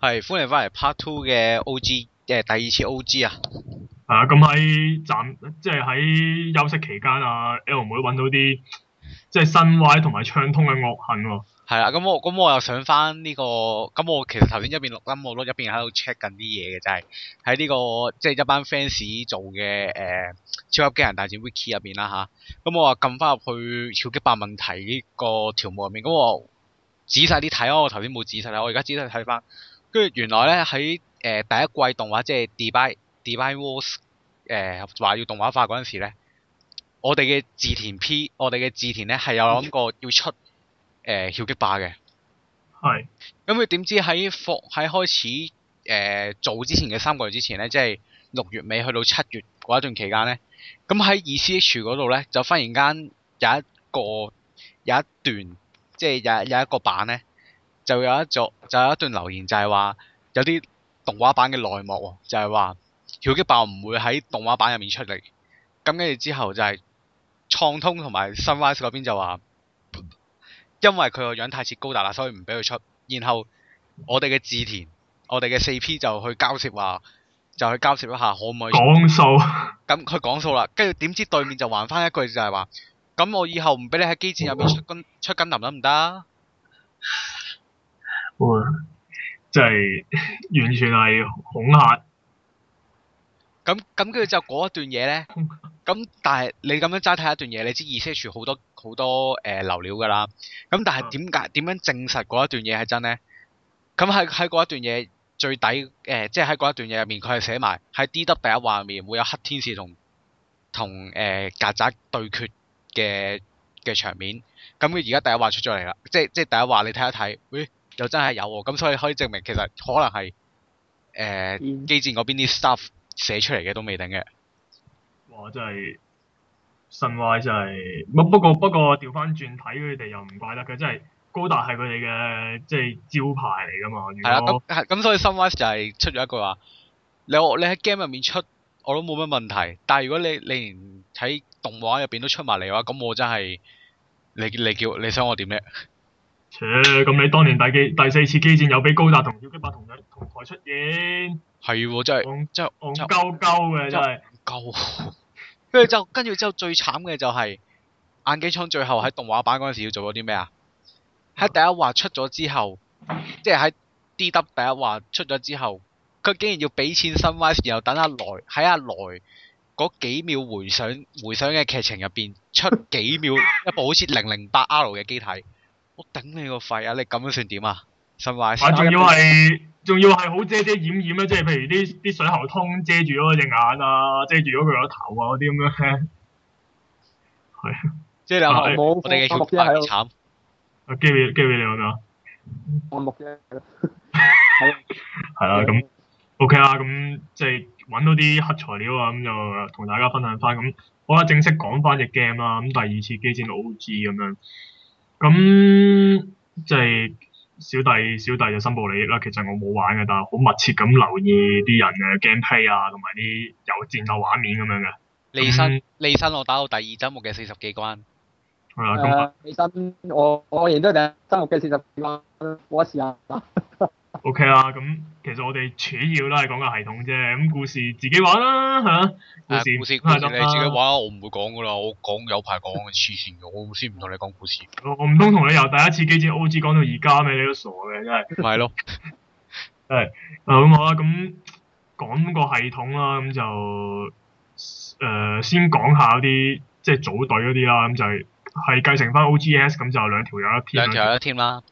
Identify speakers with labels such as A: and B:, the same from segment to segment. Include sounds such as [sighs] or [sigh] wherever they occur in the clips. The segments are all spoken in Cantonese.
A: 係，歡迎翻嚟 Part Two 嘅 O.G. 誒第二次 O.G. 啊，
B: 係啊，咁喺暫即係喺休息期間啊，L 妹揾到啲即係新歪同埋暢通嘅惡行喎。
A: 係啦，咁我咁我又上翻呢個，咁我其實頭先一邊錄音，我都一邊喺度 check 緊啲嘢嘅，就係喺呢個即係一班 fans 做嘅誒、呃超級機械人大戰 Wiki 入邊啦吓，咁我話撳翻入去超級百問題呢個條目入面，咁我仔細啲睇啊，我頭先冇仔細睇，我而家仔細睇翻，跟住原來咧喺誒第一季動畫即係 Divine Divine Wars 誒話要動畫化嗰陣時咧，我哋嘅字田 P，我哋嘅字田咧係有諗過要出。誒曉擊霸呃嘅。哎
B: 係
A: 咁佢點知喺放喺開始誒、呃做之前嘅三個月之前咧，即係六月尾去到七月嗰一段期間咧，咁喺 ECH 嗰度咧就忽然間有一個有一段即係有有一個版咧，就有一組就有一段留言就係話有啲動畫版嘅內幕喎，就係話曉擊爆唔會喺動畫版入面出嚟。咁跟住之後就係創通同埋 Sunrise 嗰邊就話，因為佢個樣太似高達啦，所以唔俾佢出。然後我哋嘅志田，我哋嘅四 P 就去交涉話，就去交涉一下可唔可以
B: 講數，
A: 咁
B: [laughs]
A: 佢講數啦，跟住點知對面就還翻一句就係話：，咁我以後唔俾你喺機戰入邊出軍出軍林得唔得啊？
B: 哇！即係完全係恐嚇。
A: 咁咁跟住就嗰一段嘢咧，咁但係你咁樣齋睇一段嘢，你知 e s 好多好多誒、呃流料㗎啦。咁但係點解點樣證實嗰一段嘢係真咧？咁喺喺嗰一段嘢最底誒、呃即係喺嗰一段嘢入面，佢係寫埋喺 D.W 第一話入面會有黑天使同同誒曱甴對決嘅嘅場面。咁佢而家第一話出咗嚟啦，即係即係第一話你睇一睇，咦、又真係有喎、咁所以可以證明其實可能係誒、呃
C: 嗯
A: 機戰嗰邊啲 staff 寫出嚟嘅都未定嘅。
B: 哇！真係新歪真係，不不過不過調翻轉睇佢哋又唔怪得佢，真係高達係佢哋嘅即係招牌嚟㗎
A: 係啦，
B: 嘛。如
A: 咁
B: 果
A: 係咁，所以 Sunrise 就係出咗一句話：你我你喺 game 入面出我都冇乜問題，但係如果你你連喺動畫入邊都出埋嚟嘅話，咁我真係你你叫你想我點咧？
B: 切咁你當年第幾第四次機戰有俾高達同小擊八同日同台出現，
A: 係喎，真係
B: 戇
A: 真係
B: 戇
A: 真係
B: 鳩鳩嘅真係。
A: 唔夠。 [laughs] 跟住就跟住之後最慘嘅就係、眼機倉最後喺動畫版嗰陣時要做咗啲咩啊？喺第一話出咗之後，即係喺 D.W 第一話出咗之後，佢竟然要俾錢 Sunrise，然後等阿來喺阿來嗰幾秒回想回想嘅劇情入邊出幾秒 [laughs] 一部好似零零八 R 嘅機體，我頂你個肺啊！你咁樣算點啊？Sunrise
B: 啊！仲要係仲要係好遮遮掩掩咧，即係譬如啲啲水喉通遮住咗佢隻眼啊，遮住咗佢個頭啊嗰啲咁樣咧。
A: 即係你諗下
B: 係
C: 啊冇
A: 我哋嘅橋
C: 放目啫
A: 牌
C: 喺
A: 幾
C: 度
A: 慘，
B: [laughs] 啊，機會機會你咁樣，
C: 放目啊啫，
B: 係啦，啊咁 OK 啦，咁即係揾到啲黑材料啊，咁就同大家分享翻。咁好啦，正式講翻只 game 啦，咁第二次機戰 O.G. 咁樣，咁即係小弟小弟就申報利益啦。其實我冇玩嘅，但係好密切咁留意啲人嘅 gameplay 啊，同埋啲有戰鬥畫面咁樣嘅。
A: 利申
B: 嗯
A: 利申我打到第二周目嘅四十幾關。
B: 係啦，咁啊
C: 誒，起身我我仍然都係第一生活嘅四十幾萬，我啊試下嗱
B: O.K. 啦，咁其實我哋主要都係講個系統啫，咁故事自己玩啦，係啊，故
A: 誒
B: 事
A: 故事故
B: 梗
A: 事
B: 係得
A: 你
B: 啦啊
A: 自己玩啦，我唔會講噶啦，我講有排講嘅，黐線嘅，我先唔同你講故事，
B: 我我唔通同你由第一次機戰 O.G. 講到而家咩？你都傻嘅真係。
A: 咪係
B: [laughs]
A: 咯，
B: 啊咁好啦，咁講個系統啦，咁就誒、呃先講下啲即係組隊嗰啲啦，咁就係係繼承翻 O.G.S. 咁就兩條友一 team
A: 兩條
B: 啊
A: 友一 team 啦。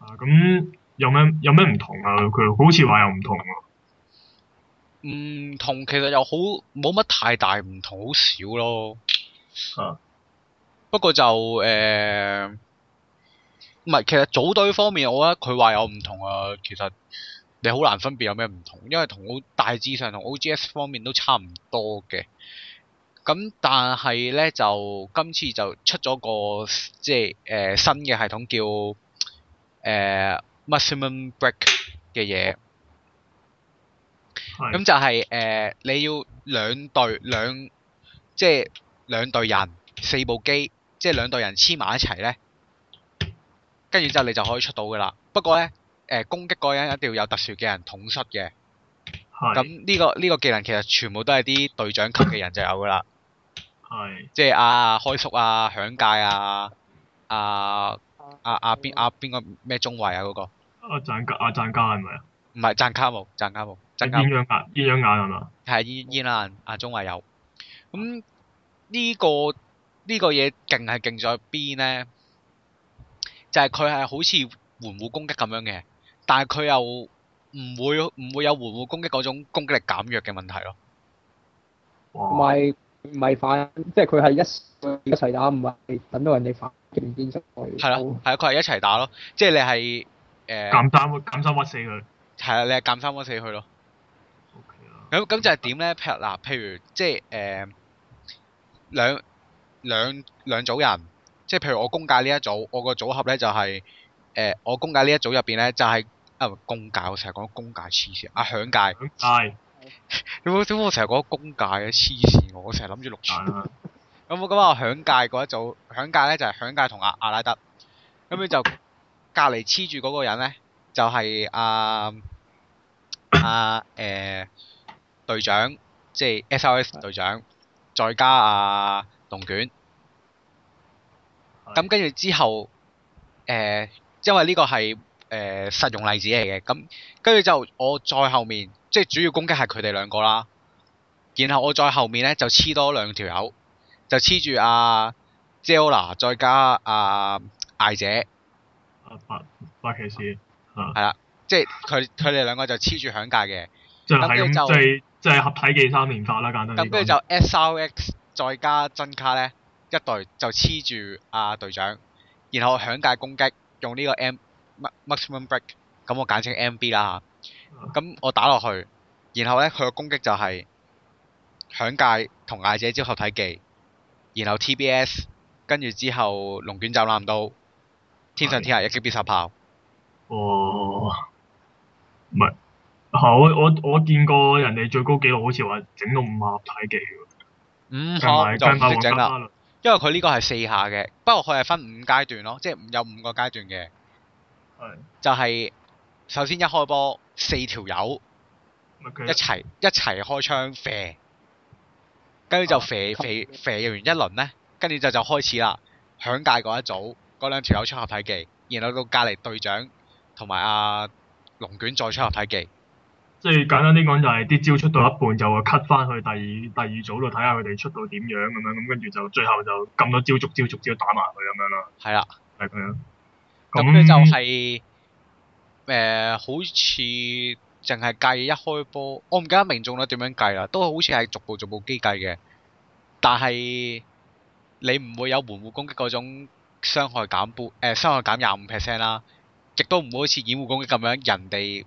B: 咁有咩有咩唔同啊？佢好似話又唔同喎。
A: 唔嗯同其實又好冇乜太大唔同，好少咯。
B: 啊
A: 不過就誒，呃唔、係其實組隊方面，我覺得佢話有唔同啊。其實你好難分辨有咩唔同，因為同 O 大致上同 O.G.S 方面都差唔多嘅。咁但係咧就今次就出咗個即係誒、呃新嘅系統叫誒、呃 Maximum Break 嘅嘢。
B: 係
A: 咁就係、呃你要兩隊兩即係兩隊人四部機，即係兩隊人黐埋一齊咧，跟住之後你就可以出到噶啦。不過咧，誒攻擊嗰個人一定要有特殊技能統率嘅。咁
B: 係
A: 呢、個呢、個技能其實全部都係啲隊長級嘅人就有噶啦，
B: 係
A: 即係阿開叔啊、響界啊、啊啊啊邊啊邊個咩中衞啊嗰、個，
B: 阿贊家阿贊家係咪啊？
A: 唔係贊卡姆，贊卡姆，
B: 鴛
A: 贊卡姆
B: 鴦眼鴛鴦眼係嘛？
A: 係煙煙啦，阿中衞有。咁呢、個呢、個嘢勁係勁在邊呢？就係佢係好似援護攻擊咁樣嘅，但係佢又唔會唔會有援護攻擊嗰種攻擊力減弱嘅問題咯。
C: 唔
B: 哇！
C: 係唔係反，即係佢係一齊一齊打，唔係等到人哋反擊完先出去。
A: 係咯，係啊，佢係一齊打咯，即係你係誒
B: 減三減三屈死佢。
A: 係啊，你係減三屈死佢咯。
B: O K 啦。
A: 咁咁就係點咧？譬如嗱，譬如即係誒、呃兩兩兩組人，即係譬如我公介呢一組，我個組合咧就係、呃我公介呢一組入邊咧就係、啊唔係公介，我成日講公介黐線，啊響介，
B: 咁係
A: 點解點解我成日講公介嘅黐線我，我成日諗住六
B: 但
A: 串。
B: 係
A: 咁我咁啊響界嗰一組，響界咧就係、響界同阿阿拉德，咁佢就隔離黐住嗰個人咧就係阿阿誒隊長，即係 S.O.S 隊長，再加阿、龍捲。
B: 係
A: 咁跟住之後，誒、因為呢個係誒、呃、實用例子嚟嘅，咁跟住就我再後面，即係主要攻擊係佢哋兩個啦。然後我再後面咧就黐多兩條友，就黐住阿 Zola 再加阿艾姐，
B: 啊白白騎士啊，
A: 即係佢佢哋兩個就黐住響界嘅。
B: 即係係
A: 咁佢
B: 咁，
A: 就
B: 即係即係合體技三連發啦，簡單
A: 咁跟
B: 啲講
A: 住就 SRX 再加真卡咧一隊就黐住阿隊長，然後響界攻擊，用呢個 M ma- maximum break，咁我簡稱 MB 啦
B: 嗯
A: 嚇。咁我打落去，然後咧佢個攻擊就係響界同艾姐招合體技，然後 TBS，跟住之後龍捲斬攬刀，天上天下一擊必殺炮。
B: 哦，唔係，嚇我我我見過人哋最高紀錄好似話整到五下合體技喎，
A: 五
B: 計
A: 項
B: 埋
A: 就
B: 計
A: 嗯唔
B: 埋
A: 識
B: 黃
A: 整
B: 金
A: 啦，
B: 巴律，
A: 因為佢呢個係四下嘅，不過佢係分五階段咯，即係有五個階段嘅。
B: 係
A: 就係首先一開波四條友
B: 咪
A: 一
B: 佢
A: 齊一齊開槍射，跟住就
B: 啊
A: 射
C: 吸
A: 射射完一輪呢，跟住就就開始啦。響界嗰一組嗰兩條友出合體技，然後到隔離隊長同埋阿龍卷再出合體技，
B: 即係簡單啲講就係啲招出到一半就會 cut 翻去第二第二組度睇下佢哋出到點樣咁樣，咁跟住就最後就咁多招逐招逐招打埋佢咁樣啦，
A: 係啦。
B: 係咁樣。
A: 咁佢就係、呃好似淨係計一開波，我唔記得命中率點樣計啦，都好似係逐步逐步機計嘅。但係你唔會有門户攻擊嗰種傷害減半，誒、傷害減廿五 percent 啦，亦都唔會好似掩護攻擊咁樣，人哋誒、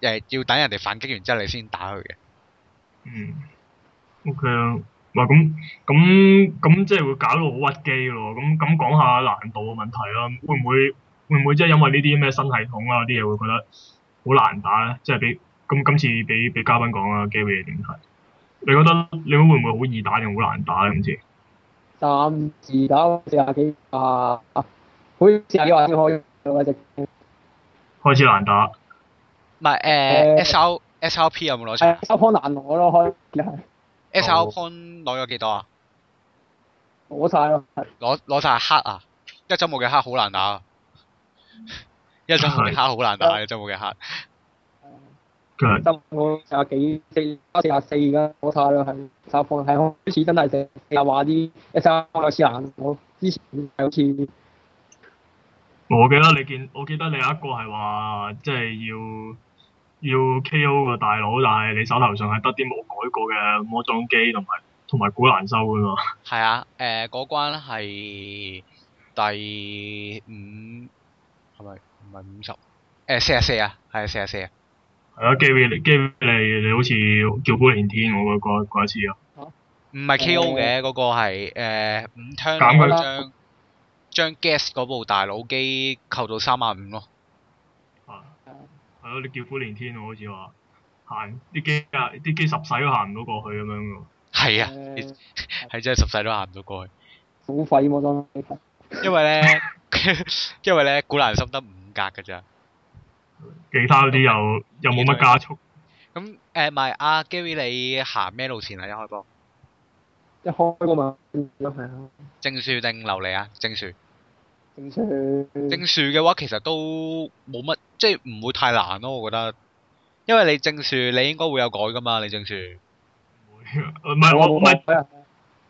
A: 呃要等人哋反擊完之後你先打佢嘅。
B: 嗯，OK 啊，哇咁咁咁即係會搞到好屈機咯，咁咁講下難度嘅問題啦，會唔會會唔會即係因為呢啲咩新系統啊啲嘢會覺得好難打咧？即係俾咁今次俾俾嘉賓講啊，機會你點睇？你覺得你會唔會好易打定好難打咧？今次
C: 暫時打四廿幾啊，好似四廿幾話先可以兩隻。
B: 開始難打，
A: 唔係誒
C: 誒
A: S R S R P 有冇攞出
C: 係哎收科難攞咯，開始係
A: ？S R Pon 攞咗幾多啊？
C: 攞晒咯，係
A: 攞攞晒黑啊！一周冇嘅黑好難打
B: [laughs]
A: 啊！一周冇嘅黑好難打啊，一周冇嘅黑。
B: 其實
C: 得我四廿幾四四廿四而家攞晒咯，係收科係開始真係成日話啲一三有次難攞，之前係好似
B: 我記得你見，我記得你有一個係話即係要要 K.O. 個大佬，但係你手頭上係得啲冇改過嘅魔裝機同埋同埋古蘭修噶嘛。
A: 係啊，誒、嗰關係第五係咪唔係五十？誒四十四啊，係啊四十四啊，
B: 係啊，機會你機會你你好似叫杯連天我嗰嗰一次啊，
A: 唔係 K.O. 嘅嗰個係誒五 turn
B: 減佢
A: 攞將將 Gas 嗰部大佬機扣到三萬五咯，
B: 係咯，你叫杯連天我好似話行啲機啊啲機十世都行唔到過去咁樣嘅喎。
A: 係啊，
C: 誒
B: 哦
A: 係真係十世都行唔到過去，
C: 好廢冇裝機
A: [laughs] 因為咧因為咧古蘭心得五格㗎咋，
B: 其他嗰啲又又冇乜加速。
A: 咁誒，咪阿 Gary 你行咩路線啊？一開波
C: 一開嗰晚係啊，
A: 正樹定流利啊？正樹，
C: 正常。
B: 嗯
C: 正
A: 正樹嘅話其實都冇乜，即係唔會太難咯，我覺得。因為你正樹，你應該會有改噶嘛，你正樹。 [laughs]
B: 唔係我唔係
C: 係啊，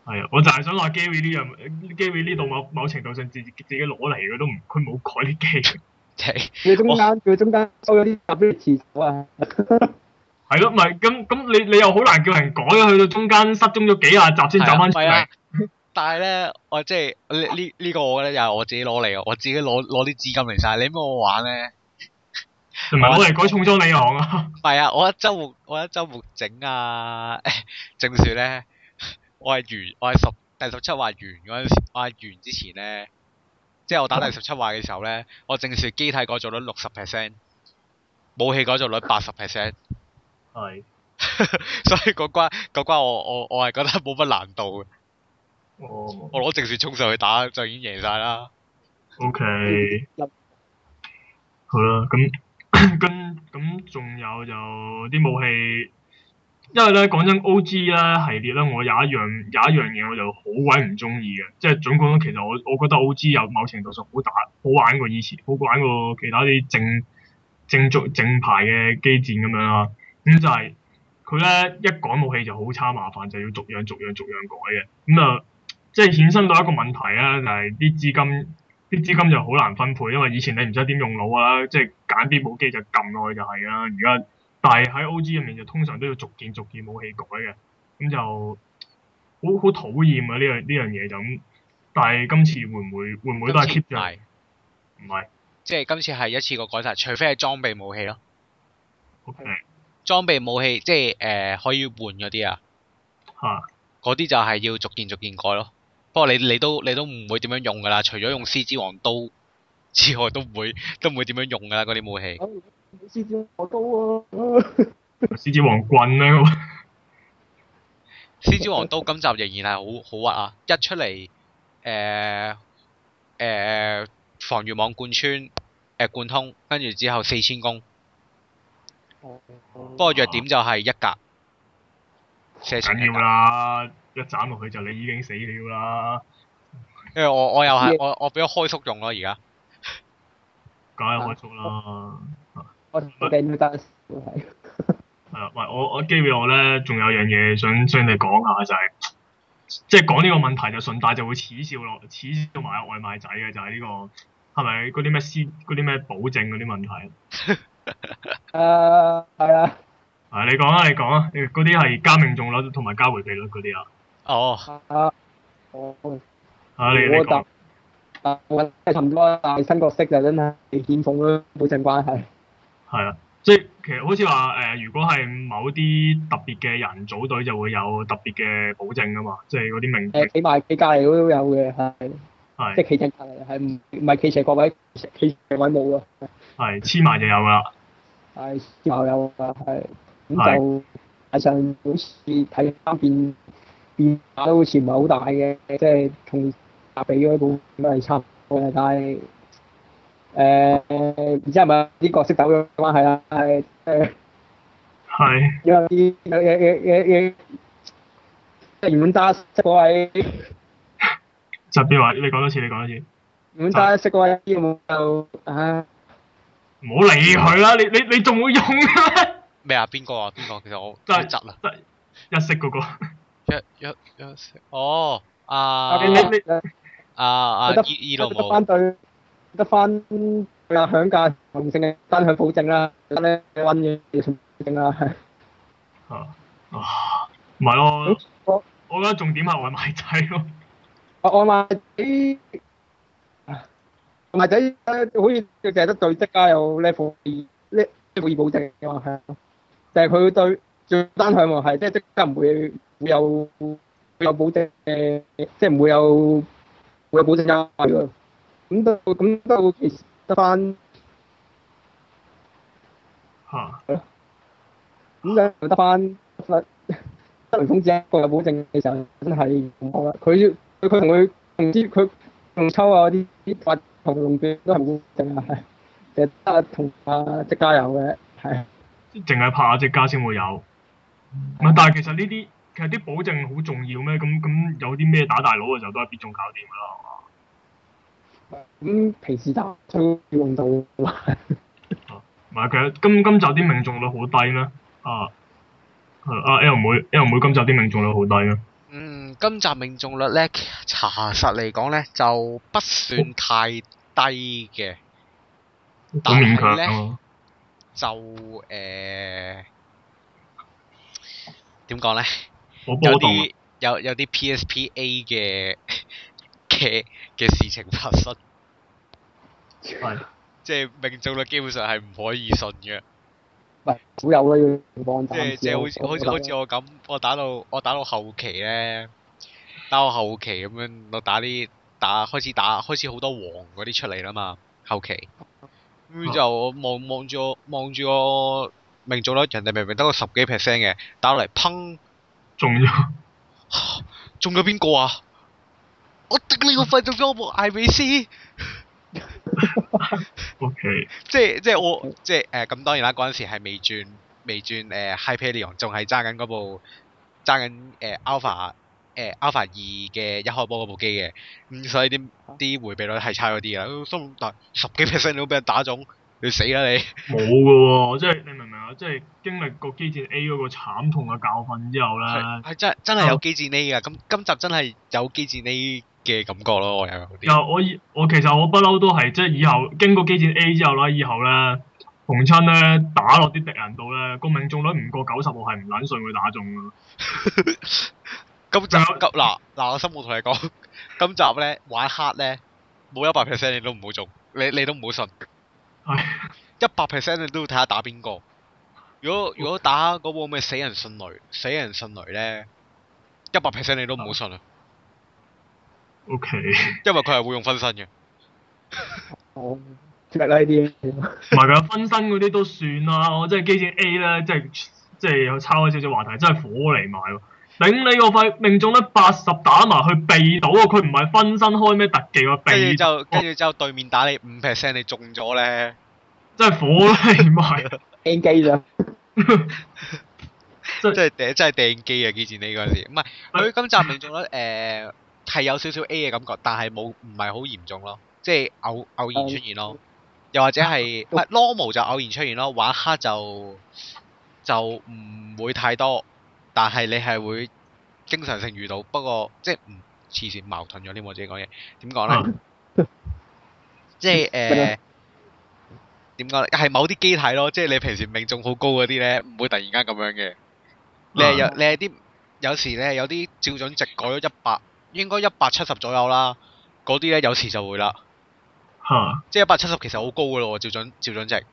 B: 係啊，我就係想話 Gary 呢樣 Gary 呢度某某程度上自己自己攞嚟嘅都唔，佢冇改啲機。
A: 即係
C: 佢中間佢中間收咗啲 ability 啊，
B: 係咯，唔係咁咁你你又好難叫人改啊！去到中間失蹤咗幾廿集先走翻出
A: 係啊
B: 嚟。
A: 係啊但係咧，我即係呢呢呢個我咧又係我自己攞嚟嘅，我自己攞攞啲資金嚟晒。你幫我玩咧，
B: 同埋我嚟改重裝你行啊！
A: 唔係啊！我一周末我一周末整啊 [laughs] 正樹咧，我係完我係十第十七話完嗰陣時，我係完之前咧，即係我打第十七話嘅時候咧，我正樹機體改造率六十 percent，武器改造率八十 percent， [laughs]
B: 係，
A: 所以嗰關嗰關我我我係覺得冇乜難度嘅，
B: 哦
A: 我攞正樹衝上去打就已經贏晒啦。
B: ，OK，
C: 入
B: 好啦，咁 [coughs] 跟咁仲有就啲武器，因為咧講真 O.G. 咧系列咧，我有一樣有一樣嘢我就好鬼唔中意嘅，即係總講其實我我覺得 O.G. 有某程度上好打好玩過以前，好玩過其他啲正正族正牌嘅機戰咁樣啦。咁就係佢咧一講武器就好差麻煩，就要逐樣逐樣逐樣改嘅。咁啊，即係衍生到一個問題啦，就係啲資金啲資金就好難分配，因為以前你唔知點用腦啊，即係揀啲武機就撳落去就係啦。而家但係喺 O.G. 入面就通常都要逐件逐件武器改嘅，咁就好好討厭啊呢樣呢樣嘢就咁。但係今次會唔會會唔會都係
A: 今
B: keep
A: 次唔
B: 住？
A: 係
B: 唔係
A: 即係今次係一次過改晒，除非係裝備武器咯。
B: ，OK
A: 裝備武器即係誒、呃可以換嗰啲啊，
B: 嚇
A: 嗰啲就係要逐件逐件改咯。不過你你都你都唔會點樣用㗎啦，除咗用獅子王刀之外，都唔會 [laughs] 都唔會點樣用㗎啦嗰啲武器。
C: 老師招我高啊！
B: 獅子王棍啦咁。
A: 獅子王刀今集仍然係好好屈啊！一出嚟誒誒防禦網貫穿誒、呃貫通，跟住之後四千攻，不過弱點就係一格射程一
B: 緊
A: 格
B: 要。啦，一斬落去就你已經死了啦，
A: 因為我我又係
C: Yeah.
A: 我我俾咗開叔用咯，而家
B: 梗係開足啦。
C: 我掟咗單係
B: 係啊啦，喂，我我基於我咧，仲有樣嘢想想你講下就係、即係講呢個問題就順帶就會恥笑落恥笑埋外賣仔嘅就係呢、個係咪嗰啲咩私嗰啲咩保證嗰啲問題？
C: 啊係啊
B: 啊，你講啊，你講啊，你嗰啲係加命中率同埋加回避率嗰啲啊。
A: 哦。
C: 啊！我我
B: 啊，你你講
C: 答啊我係差唔多啦，但係新角色就真係見縫啦，保證關係。
B: 係啊，即係其實好似話呃誒，如果係某啲特別嘅人組隊就會有特別嘅保證噶嘛，即係嗰啲命
C: 誒，企埋企隔離嗰都有嘅，係
B: 嗯係
C: 即係企正隔離，係唔唔係企斜角位，企斜位冇咯，
B: 係黐埋就有㗎啦。
C: 係之後有啊，係咁
B: 係
C: 就係上好似睇翻變變化都好似唔係好大嘅，即係同阿比嗰部咁係差唔多嘅，但係誒唔知係咪啲角色走咗關係啦，係誒
B: 係。
C: 因為啲有有有有有即係原本揸識嗰位。
B: 就邊話？你講多次，你講多次。
C: 原本揸識嗰位咁就唉。
B: 唔好理佢啦！你你你仲會用啊？
A: 咩啊？邊個啊？邊個？其實我
B: 真係
A: 好窒啊！
B: 一式嗰、個
A: 一一一哦，啊
B: 你你
A: 啊啊！
C: 得
A: 伊伊路
C: 得
A: 姆
C: 翻對，得翻對啊響價同性嘅單向保證啦，得咧温嘅保證啦，係
B: 啊啊，唔係咯，
C: 我
B: 我覺得重點係外賣仔咯。
C: 啊我我買啲。同埋仔咧，好似佢淨係得對積加有 level 二 le- level 二保證嘅嘛，係啊，就係佢對最單向喎，係即係即刻唔會會有會有保證嘅，即係唔會有會有保證優惠喎。咁到咁到其實得翻
B: 嚇、
C: 咁樣就得翻得雷公子一個有保證嘅時候，真係唔好啦。佢佢佢同佢唔知佢同抽啊嗰啲啲法同用券都係冇保證啊，係就得同阿即加油嘅，係
B: 淨係拍下只家先會有。唔
A: 嗯
B: 係，但係其實呢啲其實啲保證好重要咩？咁咁有啲咩打大佬嘅時候都係必中搞掂㗎啦。
C: 咁平時打都用到㗎嘛
B: 唔係，其實今今集啲命中率好低咩？啊，係啊 L 妹，L 妹今集啲命中率好低咩？
A: 嗯，今集命中率咧，查實嚟講咧就不算太低嘅，
B: 好
A: 但
B: 勉
A: 係
B: 強
A: 咧
B: 啊！
A: 就誒點講咧？
B: 好
A: 有
B: 波動啊。
A: 啲有有啲 PSPA 嘅嘅嘅事情發生，
B: 係
A: 即係命中率基本上係唔可以信嘅。
C: 唔係好有啦，要情況
A: 即係
C: 暫
A: 即係
C: 時
A: 好
C: 我
A: 似好
C: 覺
A: 似
C: 得
A: 好似我咁，我打到我打到後期咧，打到後期咁樣，我打啲打開始打開始好多黃嗰啲出嚟啦嘛，後期
C: 啊
A: 咁就我望望住我望住我命中率，人哋明明得個十幾 percent 嘅，打落嚟砰 [sighs]
B: 中咗。 [laughs]
A: 中咗邊個啊？我頂你個肺中咗我部艾美斯！
B: O K。
A: 即係即係我即係誒咁當然啦，嗰陣時係未轉未轉誒 Hyperion，仲係揸緊嗰部揸緊誒 Alpha 誒 Alpha 二嘅一開波嗰部機嘅，咁、所以啲啲回避率係差咗啲啦。心諗但十幾 percent 都俾人打中，你死啦你！
B: 冇㗎喎，即係你明唔明啊？即係經歷過機戰 A 嗰個慘痛嘅教訓之後
A: 係
B: 咧，
A: 係真真係有機戰 A 㗎，咁今集真係有機戰 A 嘅感覺咯，我又有啲。
B: 又我以我其實我不嬲都係即係以後經過機戰 A 之後啦，以後咧逢親咧打落啲敵人度咧，個命中率唔過九十，我係唔撚信佢打中㗎。
A: 今集
B: 有
A: 急嗱嗱，我心冇同你講， [laughs] 今集咧玩黑咧冇一百 percent 你都唔好中，你你都唔好信。
B: 係
A: 一百 percent 你都要睇下打邊個。如果如果打嗰部咩死人迅雷、死人迅雷咧，一百 percent 你都唔好信啊，
B: O K。
A: [laughs] 因為佢係會用分身嘅。
C: 我哦脱力啦呢啲 [laughs] 嘢，
B: 唔係㗎，分身嗰啲都算啦。我真係機戰 A 咧，即係即係抄開少少話題，真係火嚟埋喎。頂你個肺，命中率八十打埋去避到啊！佢唔係分身開咩特技喎，
A: 跟住
B: 避
A: 就跟住之後對面打你五 percent 你中咗咧，
B: 真係火嚟埋。
A: [laughs]
C: 驚機咋？
A: 即係掟真係掟機啊！機戰呢嗰陣時，唔係佢今集命中率誒係有少少 A 嘅感覺，但係冇唔係好嚴重咯，即係偶偶然出現咯。又或者係唔係 normal 就偶然出現咯，玩黑就就唔會太多，但係你係會經常性遇到。不過即係唔嗯黐線矛盾咗添，我自己講嘢點講咧？即係誒呃點講咧？係某啲機體咯，即係你平時命中好高嗰啲咧，唔會突然間咁樣嘅。你係有你係啲有時咧有啲照準值改咗一百，應該一百七十左右啦。嗰啲咧有時就會啦，
B: 嚇
A: 即係一百七十其實好高噶咯喎，照準照準值。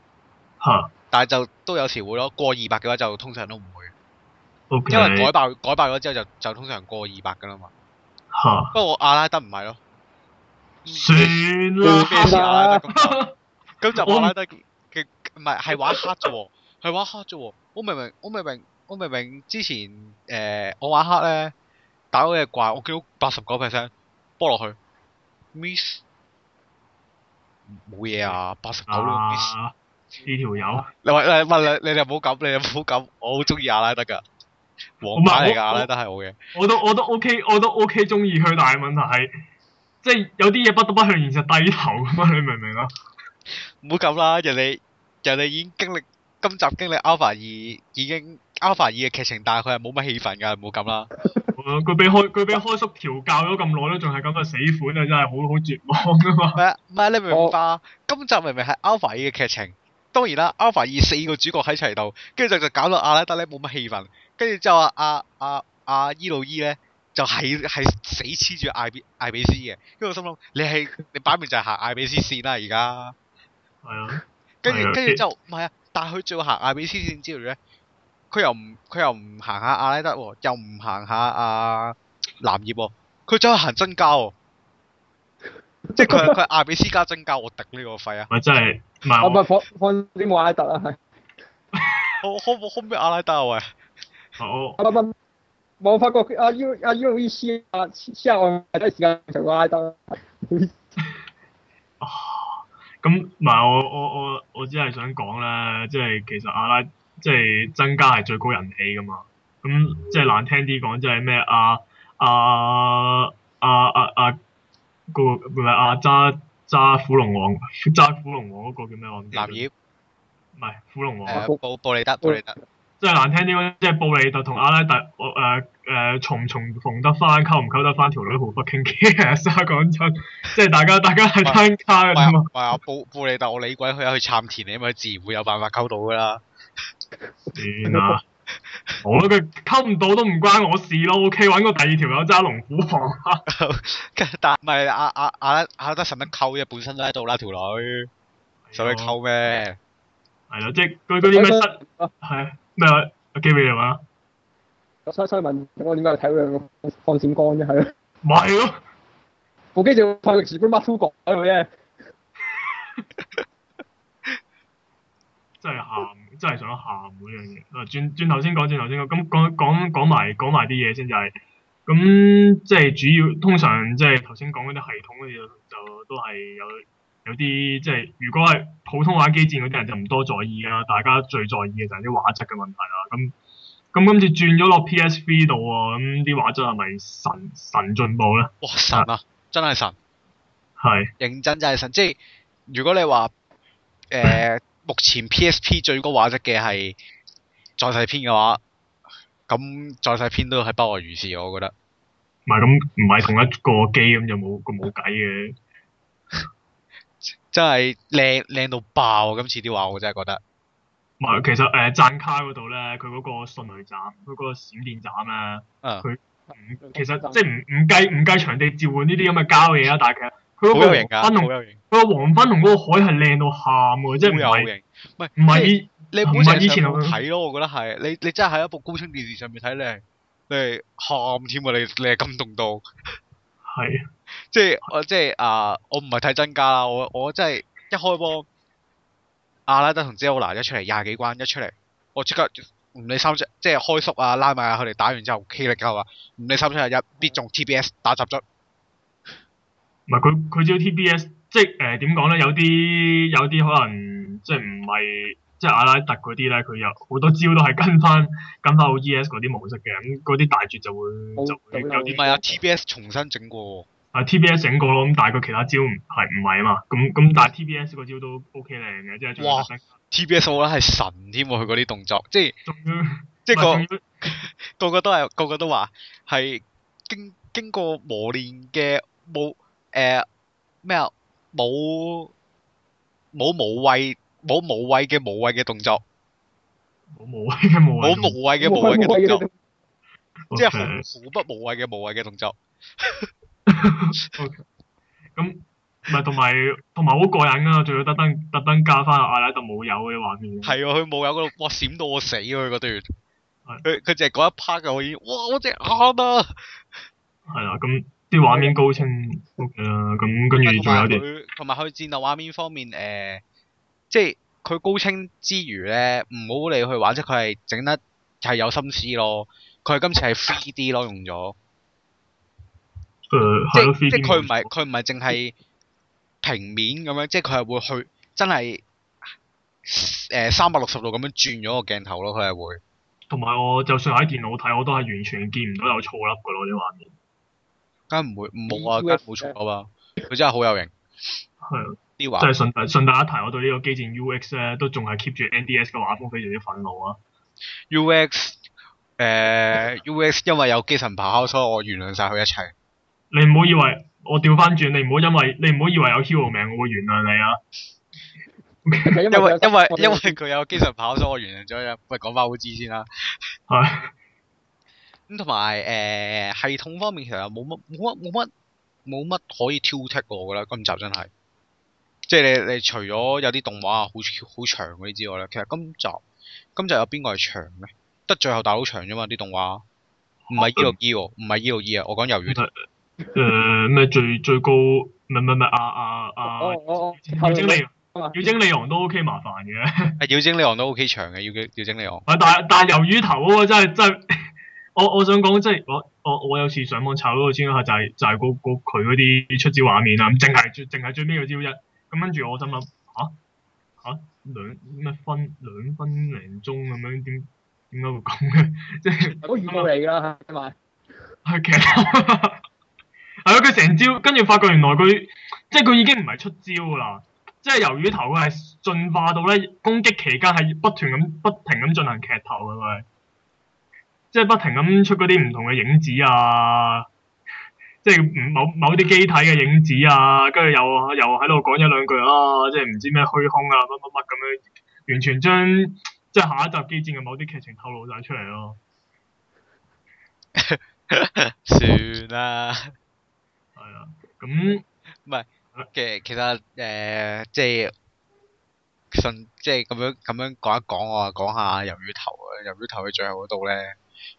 B: 嚇
A: 但係就都有時會咯，過二百嘅話就通常都唔會，
B: ，O K，
A: 因為改爆改爆咗之後就就通常過二百噶啦嘛。
B: 嚇
A: 不過我阿拉德唔係咯，
B: 算
A: 咩
B: 啦。
A: 事啊阿拉德咁？
B: 係
A: 咁就
B: 我唔
A: 阿拉德嘅唔係係玩黑啫喎，係玩黑啫喎。我明明我明明我明明之前誒、呃我玩黑咧打嗰隻怪，我見到八十九 percent 波落去 miss 冇嘢啊，八十九 miss。
B: 啊，呢
A: [laughs]
B: 條友。
A: 你話你問你你哋唔好咁，你哋唔好咁，我好中意阿拉德噶，
B: 唔
A: 王
B: 係
A: 牌嚟噶
B: 啊我
A: 阿拉德係我嘅。
B: 我都我都 OK，我都 OK 中意佢，但係問題係，即係有啲嘢不得不向現實低頭咁啊！你明唔明啊？ [laughs]
A: 唔好咁啦，人哋人哋已經經歷今集經歷 Alpha 二已經 Alpha 二嘅劇情，但係佢係冇乜氣氛㗎，唔好咁啦。
B: 佢俾開佢俾開叔調教咗咁耐都仲係咁嘅死款啊！真係好好絕望噶嘛
A: 唔！係唔係，你明唔明
C: 我
A: 白啊？今集明明係 Alpha 二嘅劇情，當然啦，Alpha 二四個主角喺齊度，跟住就就搞到阿拉德咧冇乜氣氛，跟住之後啊啊啊啊伊路伊咧就係、係死黐住艾比艾比斯嘅，跟住我心諗你係你擺明就係行艾比斯線啦而家。
B: 係啊，
A: 跟
B: 係
A: 住
B: 啊
A: 跟住之後，唔係啊，但係佢最後行亞比斯線之餘咧，佢又唔佢又唔行下阿拉德喎，又唔行下阿藍葉喎，佢走去行增加喎，即係佢
C: [laughs]
A: 係佢係亞比斯加增加，我頂呢個肺啊！
B: 咪真係唔
C: 啊唔
B: 係
C: 係放放啲冇拉特啊，係
A: 我可唔可唔俾阿拉德啊喂？
B: 我我
C: 啊唔唔，我發覺佢阿 U 阿 U E C 啊 C 啊，我係得時間長過拉特啊。
B: 啊咁唔係我我我我只係想講咧，即係其實阿拉即係增加係最高人氣噶嘛。咁即係難聽啲講，即係咩啊啊啊啊啊個唔係啊揸揸虎龍王揸虎龍王嗰個叫咩話？唔記得
A: 藍
B: 咗
A: 葉啊
B: 唔係虎龍王。
A: 誒布布利德布利德
B: 即係難聽啲講，即係布利特同阿拉特，我誒誒重唔重逢得翻，溝唔溝得翻條女毫不傾偈啊！ [laughs] 真係講真，即係大家大家係單家
A: 喂
B: 㗎
A: 啊
B: 啫嘛。
A: 喂啊布布利特我理鬼佢啊去參田你，因為佢自然會有辦法溝到噶啦。
B: 算啦，我覺得佢溝唔到都唔關我事咯。OK，揾個第二條友揸龍虎王。
A: 跟住啊但唔係阿阿阿阿德使乜溝啫？本身都喺度啦條女，使乜溝咩？
B: 係咯，即係嗰嗰啲咩失係咩啊話機會嚟嘛？
C: 所以所以問我點解要睇佢個放閃光啫？係咯，
B: 咪係咯，
C: 部機就放歷史觀 Mark Two 講佢啫。
B: 真係喊，真係想喊嗰樣嘢。啊，轉轉頭先講，轉頭先講，咁講講講埋講埋啲嘢先就係、咁即係主要通常即係頭先講嗰啲系統嗰啲就就都係有有啲即係如果係普通話機戰嗰啲人就唔多在意啦，大家最在意嘅就係啲畫質嘅問題啦。咁咁今次轉咗落 PSV 度喎，咁啲畫質係咪神神進步咧？
A: 哇神啊，真係神！
B: 係
A: 認真就係神，即係如果你話誒、呃目前 PSP 最高畫質嘅係再世篇嘅話，咁再世篇都係不外如是，我覺得。
B: 唔係咁唔係同一個機咁就冇冇計嘅。
A: 真係靚靚到爆啊！今次啲畫我真係覺得，
B: 唔係，其實誒、呃、贊卡嗰度咧，佢嗰個迅雷斬，佢嗰個閃電斬咧，
A: 嗯，
B: 唔其實即係唔唔計唔計場地召喚呢啲咁嘅交嘢啦，但係其實佢嗰
A: 好有型㗎，
B: 個黃昏同
A: 好有型，啊
B: 佢個黃昏同嗰個海係靚到喊喎，即係唔
A: 好有
B: 係
A: 型。唔係
B: 唔係
A: 即係
B: 以
A: 你
B: 唔
A: 本
B: 係
A: 身
B: 以前啊
A: 上網
B: 咁
A: 睇咯，我覺得係你你真係喺一部高清電視上面睇，你係你係喊添啊！你你係感動到。
B: 係
A: 即係我即係啊！我唔係睇真假啦，我我真係一開波，阿拉德同 z e o l a 一出嚟廿幾關一出嚟，我即刻唔理三七，即係開縮啊拉埋啊佢哋打完之後 K 力噶嘛，唔理三七廿一必中 TBS 打集卒，
B: 唔係佢佢招 TBS，即係誒點講咧？有啲有啲可能即係唔係即係阿拉特嗰啲咧，佢有好多招都係跟翻跟翻 OES 嗰啲模式嘅，咁嗰啲大絕就會
C: 冇
B: 就會有
C: 冇
A: 唔
B: 啲
A: 係啊 TBS 重新整過喎，
B: 啊 TBS 整過咯，咁但係佢其他招唔係唔係啊嘛，咁咁但係 TBS 個招都 OK 靚嘅，即係仲要
A: 哇 TBS 我覺得係神添喎，佢嗰啲動作，即係
B: 仲要
A: 即係個。
B: 唔係仲要
A: 個個都係個個都話係經經過磨練嘅冇誒咩啊冇冇無謂冇無謂嘅無謂嘅動作，
B: 冇啊無 [laughs] 謂
A: 冇無謂
B: 嘅無謂
A: 嘅無謂嘅動作，
B: 無
A: 即係毫
B: OK，
A: 毫不無謂嘅無謂嘅動作。
B: 咁唔係同埋同埋好過癮啊！仲要特登特登加翻阿拉特冇有嘅畫面，
A: 係啊，佢冇有嗰度，哇閃到我死啊！佢嗰段，佢佢淨係嗰一 part 嘅，我已經哇我隻眼啊！
B: 係啦，咁啲畫面高清 OK 啦，咁跟住嗯仲有
A: 同埋
B: 啲
A: 佢同埋佢戰鬥畫面方面，誒、即係佢高清之餘咧，唔好理佢玩，即係佢係整得係有心思咯。佢今次係 3D 咯，用咗，
B: 誒
A: 即
B: 呃係咯
A: 係
B: 3D
A: 即係佢唔係佢唔係淨係平面咁樣，即係佢係會去真係誒三百六十度咁樣轉咗個鏡頭咯，佢係會。
B: 同埋我就算喺電腦睇，我都係完全見唔到有錯粒嘅咯啲畫面，
A: 梗唔會冇啊，梗冇錯啊嘛！佢真係好有型
B: 係啊。
A: 啲
B: 即
A: 畫，
B: 係順帶順帶一提，我對呢個機戰 UX 咧都仲係 keep 住 NDS 嘅畫風，非常之憤怒啊！
A: UX 誒、UX 因為有機神咆哮，所以我原諒晒佢一切。
B: 你唔好以為我調翻轉，你唔好因為你唔好以為有 hero 名，我會原諒你啊！
C: 因
A: 因為因為因為佢有機神跑，所以我原諒咗佢。喂，講翻 O G 先啦。
B: [laughs] 係
A: 咁同埋誒系統方面，其實冇乜冇乜冇乜冇乜可以挑剔喎我覺得今集真係。即係你你除咗有啲動畫啊，好好長嗰啲之外咧，其實今集今集有邊個係長咧？得最後大佬長啫嘛，啲動畫。唔係 E 六 E 喎，唔係 E 六 E 啊！我講魷魚頭。
B: 誒呃咩最最高唔係唔係唔係啊啊啊！
C: 我我
B: 妖精利
C: 我
B: 妖精利昂都 OK 麻煩嘅， [laughs]
A: 啊妖精利昂都 OK 長嘅，妖妖精利昂。
B: 但但魷魚頭嗰個真係真係， [laughs] 我我想講即係我我我有次上網查到個資料係就係就係嗰嗰佢嗰啲出招畫面啊，咁淨係最淨係最尾個招一，咁跟住我心諗吓吓兩咩分兩分零鐘咁樣點點解會咁嘅？ [laughs] 即係
C: 嗰預告嚟㗎啦，係咪？
B: 係其實 [laughs] 係咯，佢成招跟住發覺原來佢即係佢已經唔係出招㗎啦，即係魷魚頭佢係進化到咧攻擊期間係不斷咁不停咁進行劇頭㗎佢係，即係不停咁出嗰啲唔同嘅影子啊。即係唔某某啲機體嘅影子啊，跟住又又喺度講一兩句啊，即係唔知咩虛空啊乜乜乜咁樣，完全將即係下一集機戰嘅某啲劇情透露晒出嚟咯。
A: 算啦。
B: 係啊，咁
A: 嘅其實誒、呃即係順即係咁樣咁樣講一講，我話講下魷魚頭啊，魷魚頭佢最後嗰度咧，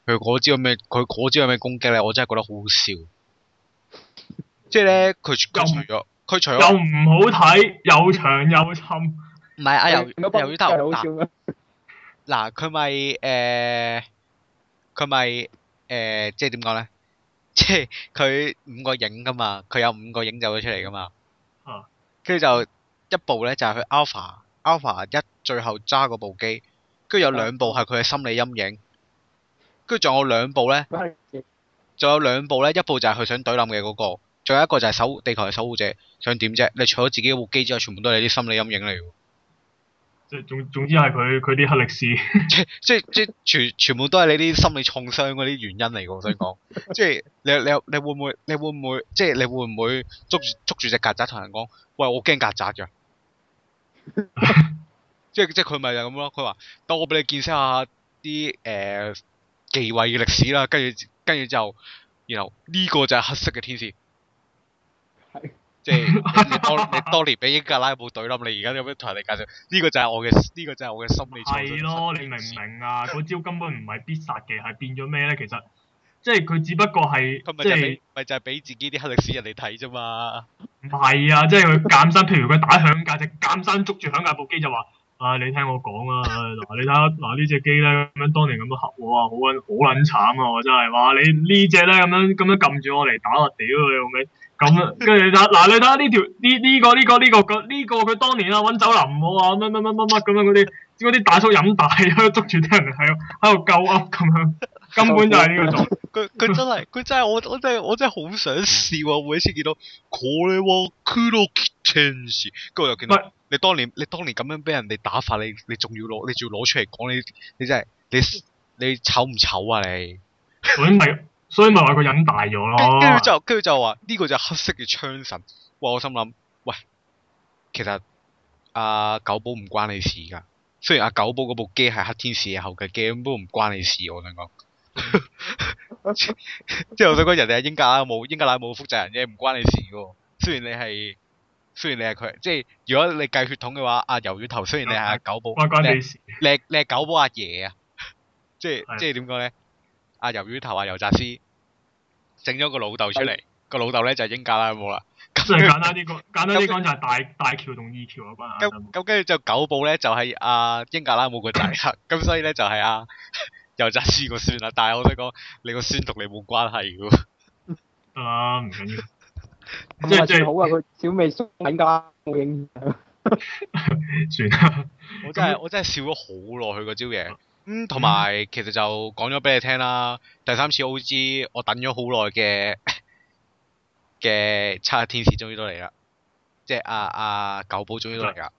A: 佢嗰招有咩佢嗰招有咩攻擊咧，我真係覺得好好笑。即係咧，佢除佢除咗佢除咗
B: 又唔好睇，又長又沉，
A: 唔係啊魷
C: 嗰筆
A: 魷魚
C: 真係
A: 頭
C: 好
A: 嗱
C: 笑㗎。
A: 嗱佢咪誒佢咪誒即係點講咧？即係佢五個影噶嘛，佢有五個影走咗出嚟噶嘛。
B: 啊
A: 跟住就一步咧就係、佢 Alpha Alpha 一最後揸嗰部機，跟住有兩部係佢嘅心理陰影，跟住仲有兩部咧，
C: 嗰係
A: 仲有兩部咧，一部就係佢想懟冧嘅嗰個，仲有一個就係守地球嘅守護者，想點啫？你除咗自己嗰部機之外，全部都係你啲心理陰影嚟喎，
B: 即係總總之係佢佢啲黑歷史。
A: 即即即全全部都係你啲心理創傷嗰啲原因嚟嘅，我想講，即係你你你會唔會你會唔會即係你會唔會捉住捉住只曱甴同人講，喂我驚曱甴㗎。即係即係佢咪就係咁咯。佢話：等我俾你見識下啲誒、呃、忌諱嘅歷史啦。跟住跟住之後，然後呢個就係黑色嘅天使。
C: 係
A: 即係你你當你當年俾英格拉部隊冧，你而家有咩同人哋介紹？呢、個就係我嘅呢、個就係我嘅心理創傷
B: 係 [laughs] 咯，你明唔明啊？嗰招根本唔係必殺技，係變咗咩咧？其實即係佢只不過係
A: 佢咪
B: 即
A: 就係
B: 係
A: 俾咪就係俾自己啲黑歷史人哋睇啫嘛。
B: 唔係啊，即係佢鑑生，譬如佢打響架，隻鑑生捉住響架部機就話：，啊，你聽我講啊， [laughs] 嗱，你睇下，嗱呢只機咧咁樣當年咁樣嚇我啊，好撚好撚慘啊，我真係，哇！你呢只咧咁樣咁樣撳住我嚟打我，屌你老味！咁跟住你睇下，嗱你睇下呢條呢呢個呢個呢個個呢個佢當年啊揾酒淋我啊，乜乜乜乜乜咁樣嗰啲嗰啲大叔飲大 [laughs] 喺度捉住啲人喺度喺度鳩噏咁樣，根本就係呢個狀態。
A: 佢佢真
B: [laughs]
A: 係佢真係我我真係我真係好想笑啊！每一次見到これは黒き天使，跟住我又見
B: 唔係
A: 到你當年你當年咁樣俾人哋打法，你你仲要攞你仲要攞出嚟講，你你真係你你醜唔醜啊你？
B: 所以咪所以咪話佢飲大咗咯。
A: 跟跟住就跟住就話呢個就係黑色嘅槍神，哇！我心諗喂，其實阿九寶唔關你事㗎，雖然阿九寶嗰部機係黑天使嘅後繼機，咁不過唔關你事，我想講。 [laughs] 即係我想講人哋係英格拉冇英格拉冇複製人啫，唔關你事嘅喎。雖然你係雖然你係佢，即係如果你計血統嘅話，阿啊魷魚頭雖然你係阿九寶，
B: 關關
A: 你
B: 你事。
A: 你係你係九寶阿爺啊， [laughs] 即係
B: 係
A: 即係點講咧？阿魷魚頭阿尤澤斯整咗個老豆出嚟，個老豆咧就係英格拉姆啦。
B: 即
A: [laughs] 咁
B: 係
A: 跟
B: 簡單啲講，簡單啲講就係大大橋同二橋有啊關係
A: 咁咁跟住就九寶咧就係阿英格拉姆個
B: [laughs]
A: 仔啦，咁所以咧就係阿 [laughs] 尤澤斯個孫啦。但係我想講，你個孫同你冇關係嘅喎。
B: 得啦，唔緊要。 [laughs] 即係
C: 咁咪
B: 即
C: 最
B: 係
C: 好啊！佢小美縮緊㗎啦，冇影響。
B: 算啦。
A: 我真係
B: 咁
A: 我真係笑咗好耐佢嗰招嘢。咁同埋其實就講咗俾你聽啦，第三次 O.G. 我等咗好耐嘅 [laughs] 嘅七日天使終於都嚟啦，即係阿阿九寶終於都嚟啦，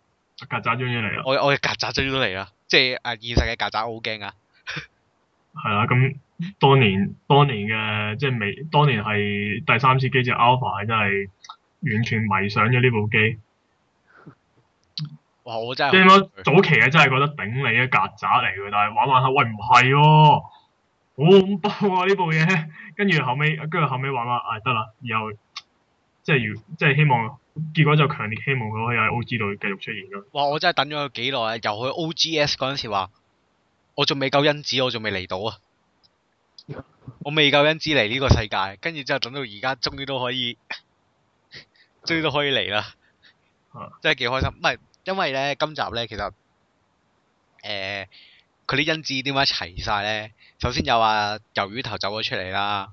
B: 曱甴終於嚟啦，
A: 我我嘅曱甴終於都嚟啦，即係啊現實嘅曱甴我好驚啊！
B: 係啦。咁當年當年嘅即係美，當年係第三次機隻 Alpha 真係完全迷上咗呢部機。
A: 哇！我真
B: 即
A: 係
B: 係
A: 好 [laughs]
B: 我早期啊，真係覺得頂你啊曱甴嚟嘅，但係玩玩下，喂唔係喎，好恐怖啊呢部嘢。跟住後尾，跟住後尾玩玩，唉得啦，以後即係如即係希望，結果就強烈希望佢可以喺 O.G. 度繼續出現咯。
A: 哇！我真係等咗佢幾耐啊，由佢 O.G.S 嗰陣時話，我仲未夠因子，我仲未嚟到啊，我未夠因子嚟呢個世界，跟住之後等到而家，終於都可以， [laughs] 終於都可以嚟啦
B: 啊，
A: 真係幾開心。唔係因為咧，今集咧其實誒佢啲因子點解齊晒咧？首先有啊魷魚頭走咗出嚟啦，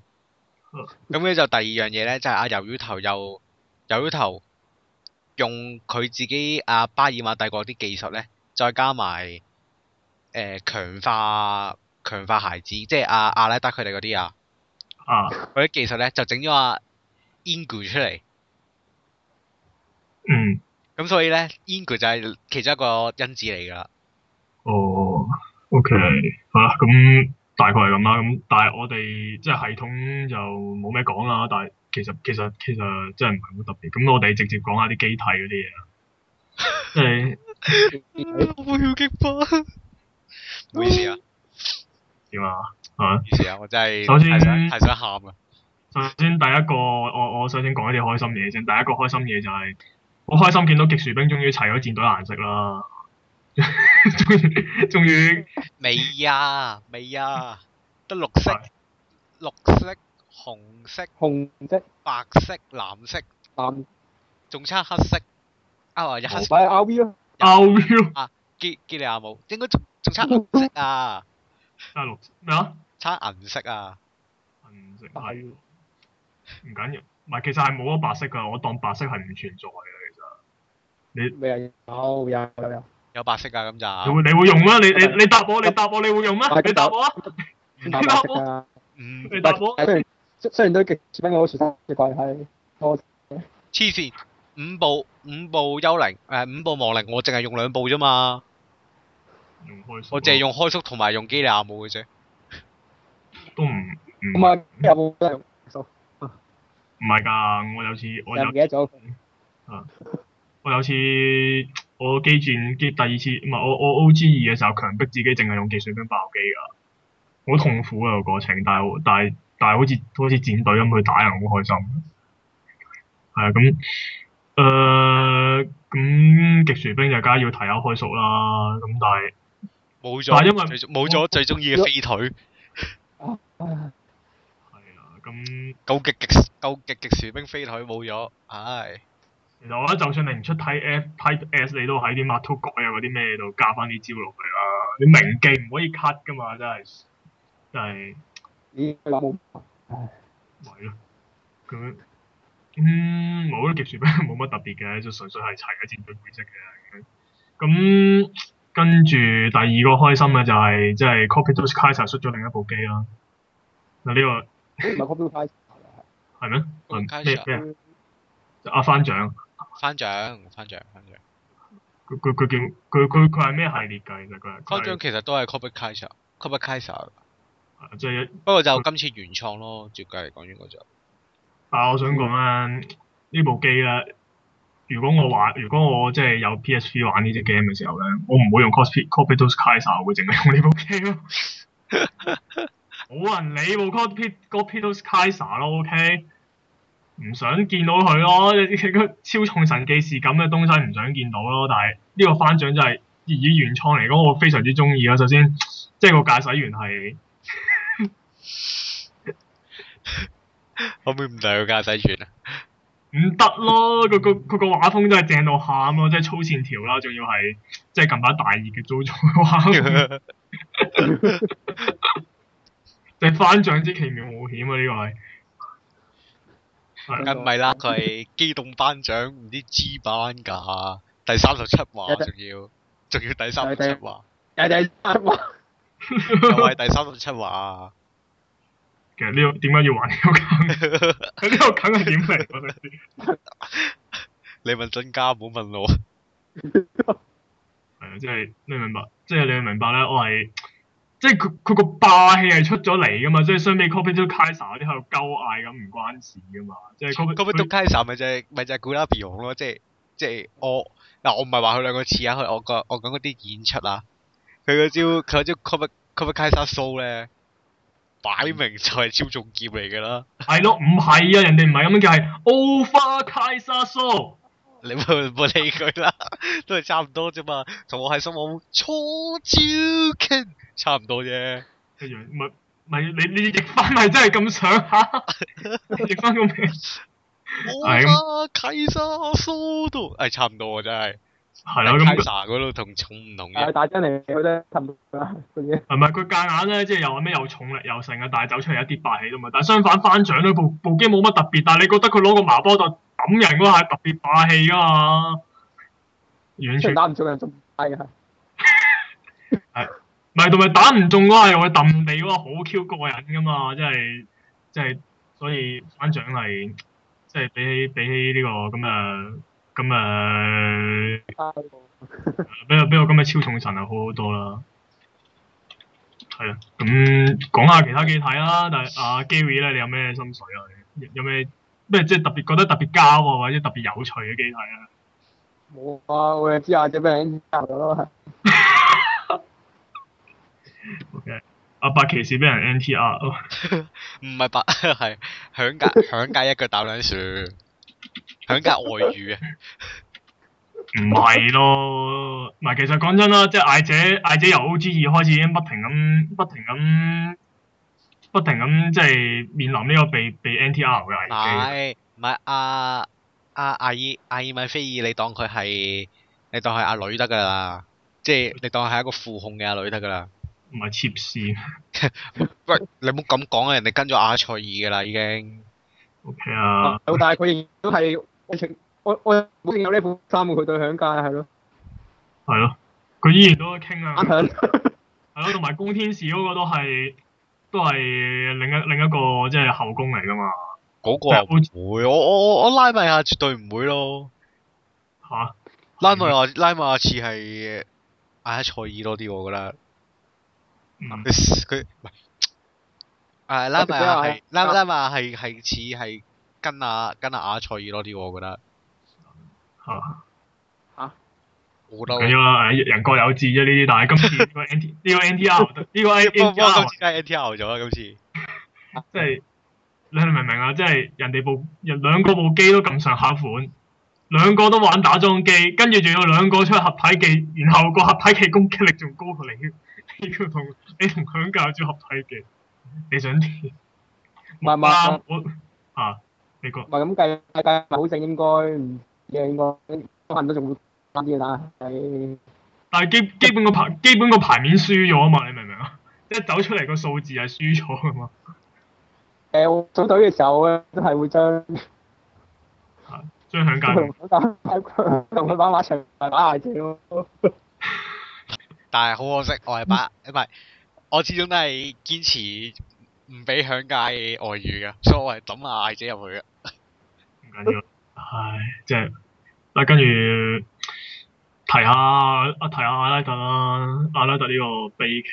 B: 嗯
A: 咁咧就第二樣嘢咧就係、阿魷魚頭又魷魚頭用佢自己阿巴爾馬帝國啲技術咧，再加埋誒強化強化孩子，即係阿阿拉德佢哋嗰啲啊，
B: 啊，
A: 佢啲技術咧就整咗阿 Ingu 出嚟。
B: 嗯，
A: 咁所以咧，Ingu 就係其中一個因子嚟㗎啦。
B: 哦，OK，好啦，咁大概係咁啦。咁但係我哋即係系統就冇咩講啦。但係其實其實其實真係唔係好特別。咁我哋直接講下啲機體嗰啲嘢啦。即係
A: 我要激巴，唔好意思啊，唔
B: 點啊？啊！
A: 好意思啊，我真係
B: 首先
A: 係想係想喊啊！
B: 首先第一個，我我首先講一啲開心嘢先。第一個開心嘢就係、好開心見到極樹兵終於砌咗戰隊顏色啦，終於終於
A: 未啊，未啊，得綠色
B: 係、
A: 綠色、紅色、
C: 紅色、
A: 白色、藍色，
C: 藍，
A: 仲差黑色。啊，話有黑
C: 咪
A: 色
C: R V 咯，
B: 歐 U
A: 結結利亞冇，應該仲仲
C: 嗯
A: 差銀色啊，
B: 大陸咩啊？
A: 差銀色啊。
B: 銀色
C: 大
B: 係嗯唔緊要，唔係其實係冇咗白色㗎，我當白色係唔存在嘅。其實
C: 咩啊？有有有有，
A: 有白色㗎咁咋？
B: 你
A: 唔
B: 會你會用咩？你你你答我，你答我，你會用咩？你答我啊！
C: 打白色啊！
B: 你
A: 黐
B: 答我
C: 但係雖然雖然都極俾我全身嘅怪係，我
A: 線，五部五部幽靈誒、五部亡靈，我淨係用兩部啫嘛，
B: 用開啊
A: 我淨係用開叔同埋用基利亞姆嘅啫。
B: 都唔唔
C: 咁啊有冇得用？
B: 唔係㗎，我有次我有
C: 又唔記得咗。
B: 我有次我機戰機第二次唔係我我 O G 二嘅時候強迫自己淨係用技術兵爆機㗎，好痛苦啊個過程，但係我但係但係好似好似戰隊咁去打人好開心。係啊，咁誒咁極樹兵就梗係要提下開叔啦，咁但係
A: 冇
B: 但係因
A: 咗
B: 為
A: 最，冇咗最中意嘅飛腿，
C: 唉
B: 係啊，咁
A: 究極極究極極士兵飛腿冇咗，唉，
B: 其實我覺得就算你唔出 Type F、Type S，你都喺啲 Mark Two 改啊嗰啲咩度加翻啲招落去啦，你明記唔可以 cut 㗎嘛，真係真係。
C: 咦，佢冇
B: 咪咯，咁樣嗯冇啦，極樹兵 [laughs] 冇乜特別嘅，就純粹係齊嘅戰隊配色嘅。咁跟住第二個開心嘅就係即係 Copitos Kaiser 出咗另一部機啦。嗱呢
C: 唔係 copy p a s
B: 個係咩？
A: Copy
B: 係
A: Kaiser
B: 咩咩啊？阿番長，
A: 翻獎翻獎翻獎，
B: 佢佢佢叫佢佢佢係咩系列㗎？其實佢係
A: 翻獎
B: 佢
A: 其實都係 Copy Kaiser，Copy Kaiser，
B: 係啊即係一
A: 不過就今次原創咯，絕對嚟講應該就。
B: 但啊係我想講咧，呢部機咧，如果我玩，如果我即係有 PSP 玩呢只 game 嘅時候咧，我唔會用 Cosplay Copy to Kaiser，我會淨係用呢部機咯。冇人理部 Copy Copy to Kaiser 咯，OK？唔想見到佢咯， [laughs] 個超重神記事咁嘅東西唔想見到咯。但係呢個翻獎真係以原創嚟講，我非常之中意啊。首先，即係個駕駛員係
A: 可唔可以唔帶佢駕駛員啊？
B: 唔得咯，佢個佢個畫風真係正到喊咯，即係粗線條啦，仲要係即係近排大熱嘅 JoJo 嘅畫風，
A: [laughs] 啊
B: 就係翻掌之奇妙冒險啊！呢、個係係
A: 梗唔係啦，佢係機動班長，唔知 G 班㗎，第三十七話仲要，仲要第三十七話，
C: 又係話
A: 又係第三十七話。 [laughs]
B: 其實呢個點解要玩呢個梗？呢個梗係點嚟？我想知
A: 你問真家，唔好問我。
B: 係啊，即係你明白，即係你要明白咧，我係即係佢佢個霸氣係出咗嚟噶嘛，即係相比 Copy to Kaiser 嗰啲喺度鳩嗌咁唔關事噶嘛，即係 Copy
A: 咁咪 k a i s 咪就係咪就係古拉比昂咯，即係即係我嗱，我唔係話佢兩個似啊，佢我講我講嗰啲演出啊，佢嗰招佢嗰招 Kobe Kobe k a i s a show 咧，擺明就係超重劍嚟㗎啦。
B: 係咯，唔係啊，人哋唔係咁樣叫，係 Over Kaiser Show。
A: 你 [laughs] 冇冇理佢啦，都係差唔多啫嘛。同我喺心望初招傾差唔多啫。
B: 一樣，唔係唔係你你譯翻係真係咁想嚇，你譯翻個名
A: 我
B: [laughs] 係
A: 啊，契沙蘇度，誒差唔多啊，真係。
B: 係啦
A: 契
B: 咁，
A: 沙嗰度同重唔同
C: 係
A: 嘅，
C: 打真嚟，佢都氹唔到啦嗰啲。
B: 係咪佢夾硬咧，即係又話咩又重力又成啊，但係走出嚟一啲霸氣啫嘛。但係相反翻掌咧，部部機冇乜特別，但係你覺得佢攞個麻波就抌人嗰下特別霸氣噶嘛，完
C: 雖
B: 全
C: 然打唔中人仲快嘅，
B: 唔係同埋打唔中嗰下又會揼地嗰下好 Q 過癮噶嘛，真係真係所以頒獎係即係比起比起呢、個咁啊咁啊
C: 差嗰個
B: 比我比我今日超重神啊，好好多啦。係啦，咁講下其他機體啦。但係阿 Gary 咧，你有咩心水啊？你有咩咩即係特別覺得特別交啊，或者特別有趣嘅機體啊？
C: 冇啊！我哋知下只俾人教咗咯，係
B: OK，阿白騎士俾人 NTR，哦
A: 唔係白， [laughs] 係響隔響隔一腳打兩樹，響隔外
B: [laughs]
A: 語啊！
B: 唔係咯，唔係其實講真啦，即係艾姐艾姐由 O.G. 二開始已經不停咁不停咁不停咁即係面臨呢個被被 NTR 嘅危
A: 唔係
B: 機。
A: 唔係阿阿阿伊阿爾米菲爾，你當佢係你當係阿女得㗎啦，即係你當係一個副控嘅阿女得㗎啦。
B: 唔係 cheap 事
A: 喂，你唔好咁講啊！人哋跟咗阿塞爾㗎啦，已經。
B: ，OK 啊
C: 啊，但係佢仍然都係愛情，我我冇定有呢款衫喎佢對響界係咯，
B: 係咯，佢依然都傾啊
C: 啱，響。
B: 係咯，同埋公天使嗰個都係都係另一另一個即係後宮嚟噶嘛
A: 嗰個又唔會，我我我我拉米亞絕對唔會咯。
B: 嗯嚇，
A: 拉米亞拉米亞似係嗌塞爾多啲，我覺得
B: 嗯
A: 佢佢唔係誒拉米亞係拉拉米亞係係似係跟阿跟阿阿塞爾多啲，我覺得
B: 嚇，
A: 我覺
B: 唔
A: 得
B: 緊要啦，誒人各有志啫呢啲，但係今次呢個 N T 呢個 N T R 呢個啊 N
A: 不
B: T
A: 過
B: R
A: 今次梗係 N T R 咗啦，今次
B: 即係你明唔明啊？即係人哋部人兩個部機都咁上下款，兩個都玩打樁機，跟住仲有兩個出合體技，然後個合體技攻擊力仲高過你，你 [laughs] 要同你同響教咗合體技，你想點？
C: 唔係唔
B: 啊
C: 係
B: 我啊，你講
C: 唔係咁計，計計好正應該唔嘅應該，可能都仲會啱啲嘅啦。係
B: 但係基基本個牌基本個牌面輸咗啊嘛，你明唔明啊？ [laughs] 即係走出嚟個數字係輸咗啊嘛。
C: 誒，我組隊嘅時候咧，都係會將
B: 將響教
C: 同佢同佢玩玩場打下啫咯。
A: 但係好可惜，我係把唔係我始終都係堅持唔俾響界外語嘅，所以我係抌阿艾姐入去嘅。
B: 唔緊要，唉，即係嗱，跟住提下啊，提下阿拉特啦，阿拉特呢個悲劇，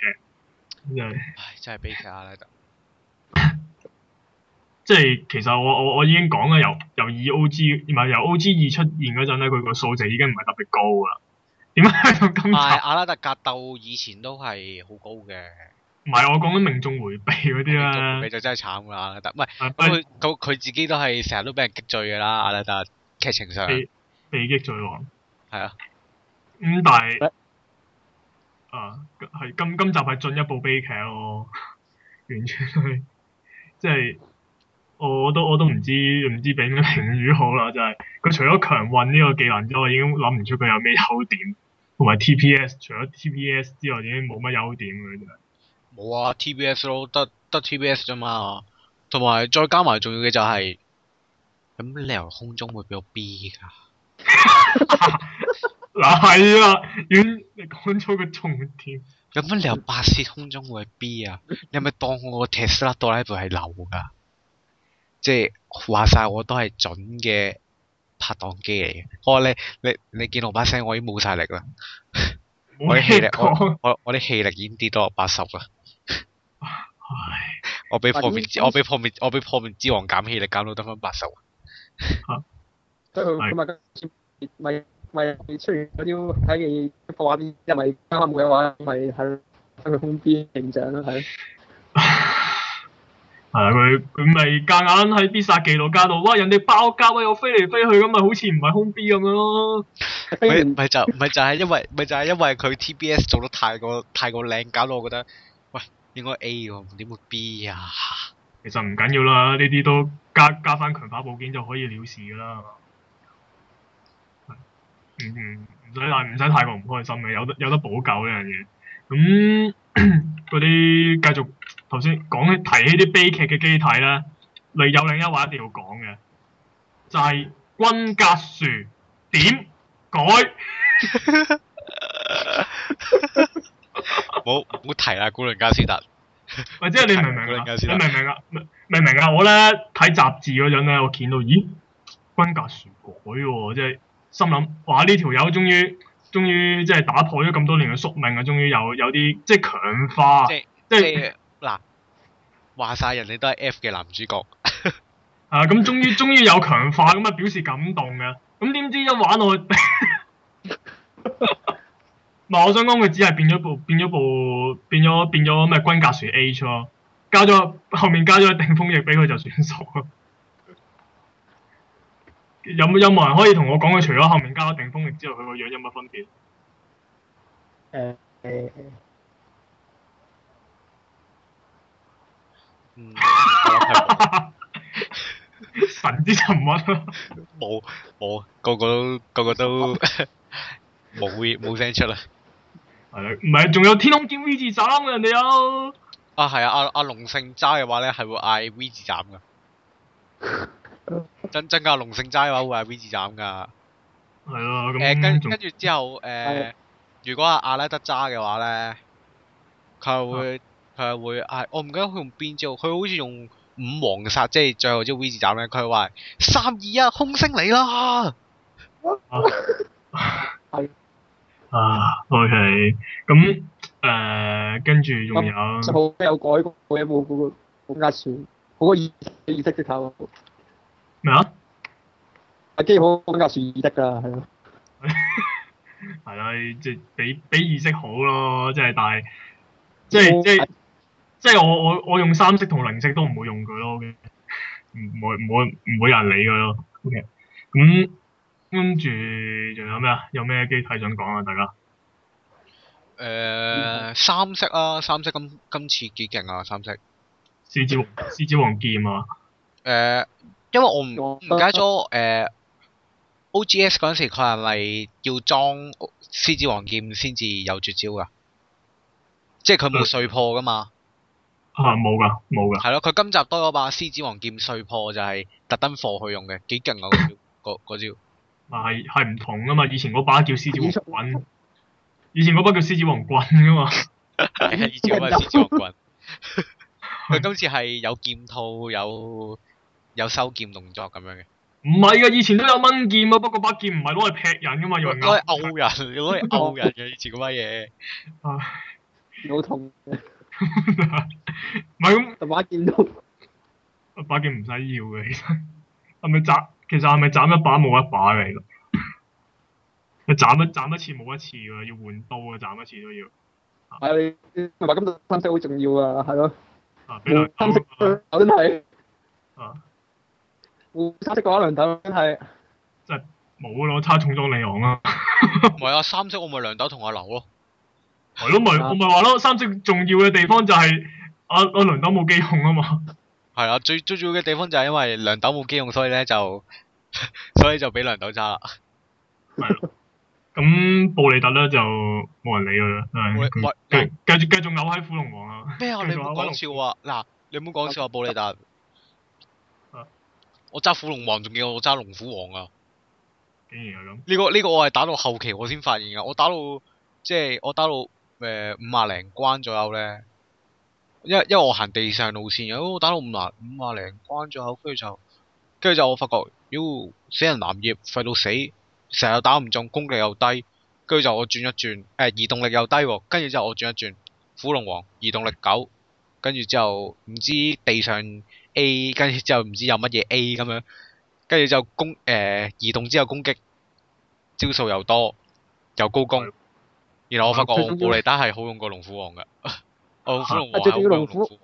B: 即係
A: 唉，真係悲劇啊！拉特
B: 即係其實我我我已經講啦，由由二 O G 唔係由 O G 二出現嗰陣咧，佢個數值已經唔係特別高㗎啦。點解到今
A: 唔
B: 集？
A: 係啊阿拉特格鬥以前都係好高嘅。
B: 唔係我講緊命中迴避嗰啲
A: 你
B: 咧，
A: 就真係啊慘㗎啦，阿拉特。唔係
B: 係
A: 咁
B: 被
A: 佢佢佢自己都係成日都俾人激醉㗎啦，阿拉特劇情上係
B: 被被擊最王。
A: 啊，
B: 咁但係啊，係今今集係進一步悲劇咯， [laughs] 完全係即係我都我都唔知唔知俾咩評語好啦，真係佢除咗強運呢個技能之外，已經諗唔出佢有咩優點，同埋 TPS 除咗 TPS 之外已經冇乜優點嘅真係。
A: 冇啊 TBS 咯，得得 TBS 啫嘛，同埋再加埋重要嘅就係、咁你由空中會俾我 B 㗎，
B: 嗱係啦，遠你講咗個重點，
A: 咁你由白舌空中會 B 啊？你係咪當我個 Tesla 哆啦 A 夢係流㗎？即係話晒我都係準嘅拍檔機嚟嘅。我話你你你見我把聲我已經冇晒力啦，我
B: 冇
A: 啲氣力
B: 嘢講。
A: 我我啲氣力已經跌到落八十啦。
B: 唉
A: 我俾
C: 或者
A: 破滅之，我俾破滅，我俾破滅之王減氣力減到得翻八十。
C: 所以佢咪咪咪咪出現嗰啲睇嘅破畫面，因為啱啱冇嘢玩，咪喺佢空邊形象咯，係。
B: [sighs] 係啊，佢佢咪夾硬喺必殺技度加到，哇！人哋爆格位，我飛嚟飛去咁，咪好似唔係空 B 咁樣咯。
A: 咪
C: 飛完
A: 咪就咪就係因為咪就係因為佢 TBS 做得太過太過靚，搞到我覺得，喂，應該 A 喎，點會 B 啊？
B: 其實唔緊要啦，呢啲都加加翻強化部件就可以了事㗎啦。唔唔嗯唔使太唔使太過唔開心嘅，有得有得補救呢樣嘢。咁 [coughs] 嗰啲繼續頭先講起提起啲悲劇嘅機體咧，你有另一話一定要講嘅，就係、温格殊點改？
A: [laughs] 冇冇提啦，古倫加斯特。
B: 或者你明唔明
A: 係
B: 啊？
A: 嗰陣
B: 你
A: 時
B: 明
A: 啦
B: 唔明啊？明明唔明啊？我咧睇雜誌嗰陣咧，我見到咦，軍格船改喎，即係心諗哇！呢條友終於終於即係打破咗咁多年嘅宿命啊！終於有有啲即係強化，
A: 即係
B: 啊即
A: 即
B: 係
A: 係嗱，話晒人哋都係 F 嘅男主角，
B: 啊咁，終於終於有強化咁啊，表示感動嘅。咁點知一玩我， [laughs] 唔係我想講佢只係變咗部變咗部變咗變咗咩軍格船 H 咯，加咗後面加咗定風翼俾佢就算數咯。有冇有冇人可以同我講佢除咗後面加咗定風翼之後，佢個樣有乜分別？ [laughs]
C: 誒誒
A: 嗯， [laughs] 我諗係
B: 神之沉默啊！
A: 冇冇個個都個個都 [laughs] 冇嘢冇聲出啦。
B: 係啦，唔係仲有天空劍 V 字斬嘅人哋有。
A: 啊係啊，阿阿龍勝齋嘅話咧係會嗌 V 字斬噶。真真㗎，龍勝齋嘅話會嗌 V 字斬㗎。
B: 係
A: 誒、
B: 咯，
A: 跟
B: 咁仲
A: 跟住之後誒、如果阿阿拉德揸嘅話咧，佢係會佢係會嗌，我唔記得佢用邊招，佢好似用五黃殺，即係最後招 V 字斬咧，佢係話三二一空升你啦，
B: 啊，OK，咁誒，跟住仲有
C: 十號都有改過嘅，冇冇冇壓船，好過意意識直頭，
B: 咩啊？
C: 阿基好壓船意識㗎，係咯。
B: 係啦，即係比比意識好咯，即係但係即
C: 哦
B: 係即係即係我我我用三色同零色都唔會用佢咯嘅，唔會唔會唔會有人理佢咯。OK，咁跟住仲有咩啊？有咩機體想講啊？大家
A: 誒、三色啊，三色今今次幾勁啊，三色。
B: 獅子王獅子王劍啊，
A: 誒、因為我唔唔
C: 我
A: 記得咗誒 O.G.S 嗰陣時，佢係咪要裝獅子王劍先至有絕招噶？即係佢冇
B: 嗯
A: 碎破噶嘛？
B: 啊冇㗎冇㗎，
A: 係咯，佢今集多咗把獅子王劍碎破，就係特登貨佢用嘅，幾勁啊！ [laughs] 嗰招嗰嗰招
B: 啊係係唔同㗎嘛，以前嗰把叫獅子
C: 以前
B: 王棍，以前嗰把叫獅子王棍㗎嘛。
A: 係啊以前嗰個獅子王棍，佢今次係有劍套，有有收劍動作咁樣嘅，
B: 唔係噶，以前都有蚊劍啊，不過把劍唔係攞嚟劈人噶嘛，用
A: 攞
B: 嚟
A: 嚟
B: 咬。
A: 毆人，攞嚟毆人嘅以前嗰乜嘢。
B: 啊
C: 好痛嘅，
B: [laughs] 唔係咁，
C: 就玩見到
B: 把劍唔使要嘅，其實係咪斬？其實係咪斬一把冇一把嘅？其實你斬一斬一次冇一次㗎，要換刀啊！斬一次都要
C: 係咪話今日三色好重要啊？係咯，
B: 啊！俾兩
C: 冇
B: 刀
C: 三色
B: 啊
C: 我真係
B: 啊！
C: 冇三色嗰兩頭真係
B: 冇咯，差重裝利昂啊！
A: 唔係啊，三色我咪梁豆同阿劉咯。
B: 係咯，咪我咪話咯，三色重要嘅地方就係阿阿倫斗冇機控啊嘛。
A: 係啊，最最主要嘅地方就係因為梁豆冇機用，所以咧就 [laughs] 所以就俾梁豆揸啦。
B: 係咯。咁布利特咧就冇人理佢啦，
A: 喂
B: 係
A: 喂
B: 佢繼繼續繼續扭喺虎龍王啊！
A: 咩啊？
B: 繼續
A: 你唔好
B: 啊
A: 講笑啊！嗱，你唔好講笑啊，布利達
B: 啊。
A: 我揸虎龍王仲要我揸龍虎王啊！
B: 竟然係咁，
A: 呢、個呢、個我係打到後期我先發現噶，啊我打到即係我打到诶五啊零關左右咧，因為因為我行地上路線嘅，我打到五啊五啊零關左右，跟住就跟住就我發覺，妖死人藍葉廢到死，成日打唔中，功力又低，跟住就我轉一轉，誒、移動力又低喎，跟住之後我轉一轉，虎龍王移動力九，跟住之後唔知地上 A，跟住之後唔知有乜嘢 A 咁樣，跟住就攻誒、移動之後攻擊招數又多，又高攻
B: 係，
A: 然後我發覺
C: 最
A: 我
C: 重要
A: 布利丹係好用過龍虎王嘅，我虎龍王
C: 啊
A: 係
C: 最
A: 好用
C: 重要
A: 過龍
C: 龍
A: 虎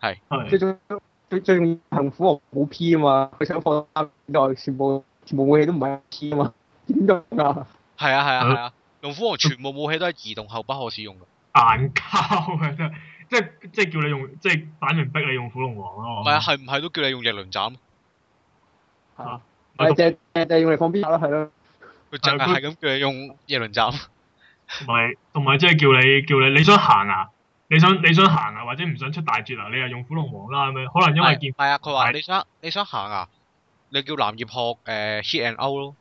A: 王。
B: 係
C: 最重要最最重要幸苦我冇 P 啊嘛，佢想放三內全部全部武器都唔係 P 啊嘛，點用啊？
A: 係啊係啊
B: 嗯
A: 係啊，龍虎王全部武器都係移動後不可使用嘅。
B: 硬膠啊！真係即係即係叫你用，即係擺明逼你用虎龍王咯。
A: 唔係啊，係唔係都叫你用翼輪斬？
C: 嚇，
B: 係
C: 係淨係淨係用嚟放 P 啦，係咯，
A: 佢淨
B: 係
A: 係
B: 佢
A: 係咁叫你用翼輪斬。
B: 同埋同埋即係叫你叫你你想行啊，你想你想行啊，或者唔想出大絕啊，你又用虎龍王啦咁樣。可能因為
A: [laughs] 係
B: 見
A: 係啊，佢話
B: 係
A: 你想你想行啊，你叫藍葉學诶 hit and out 咯，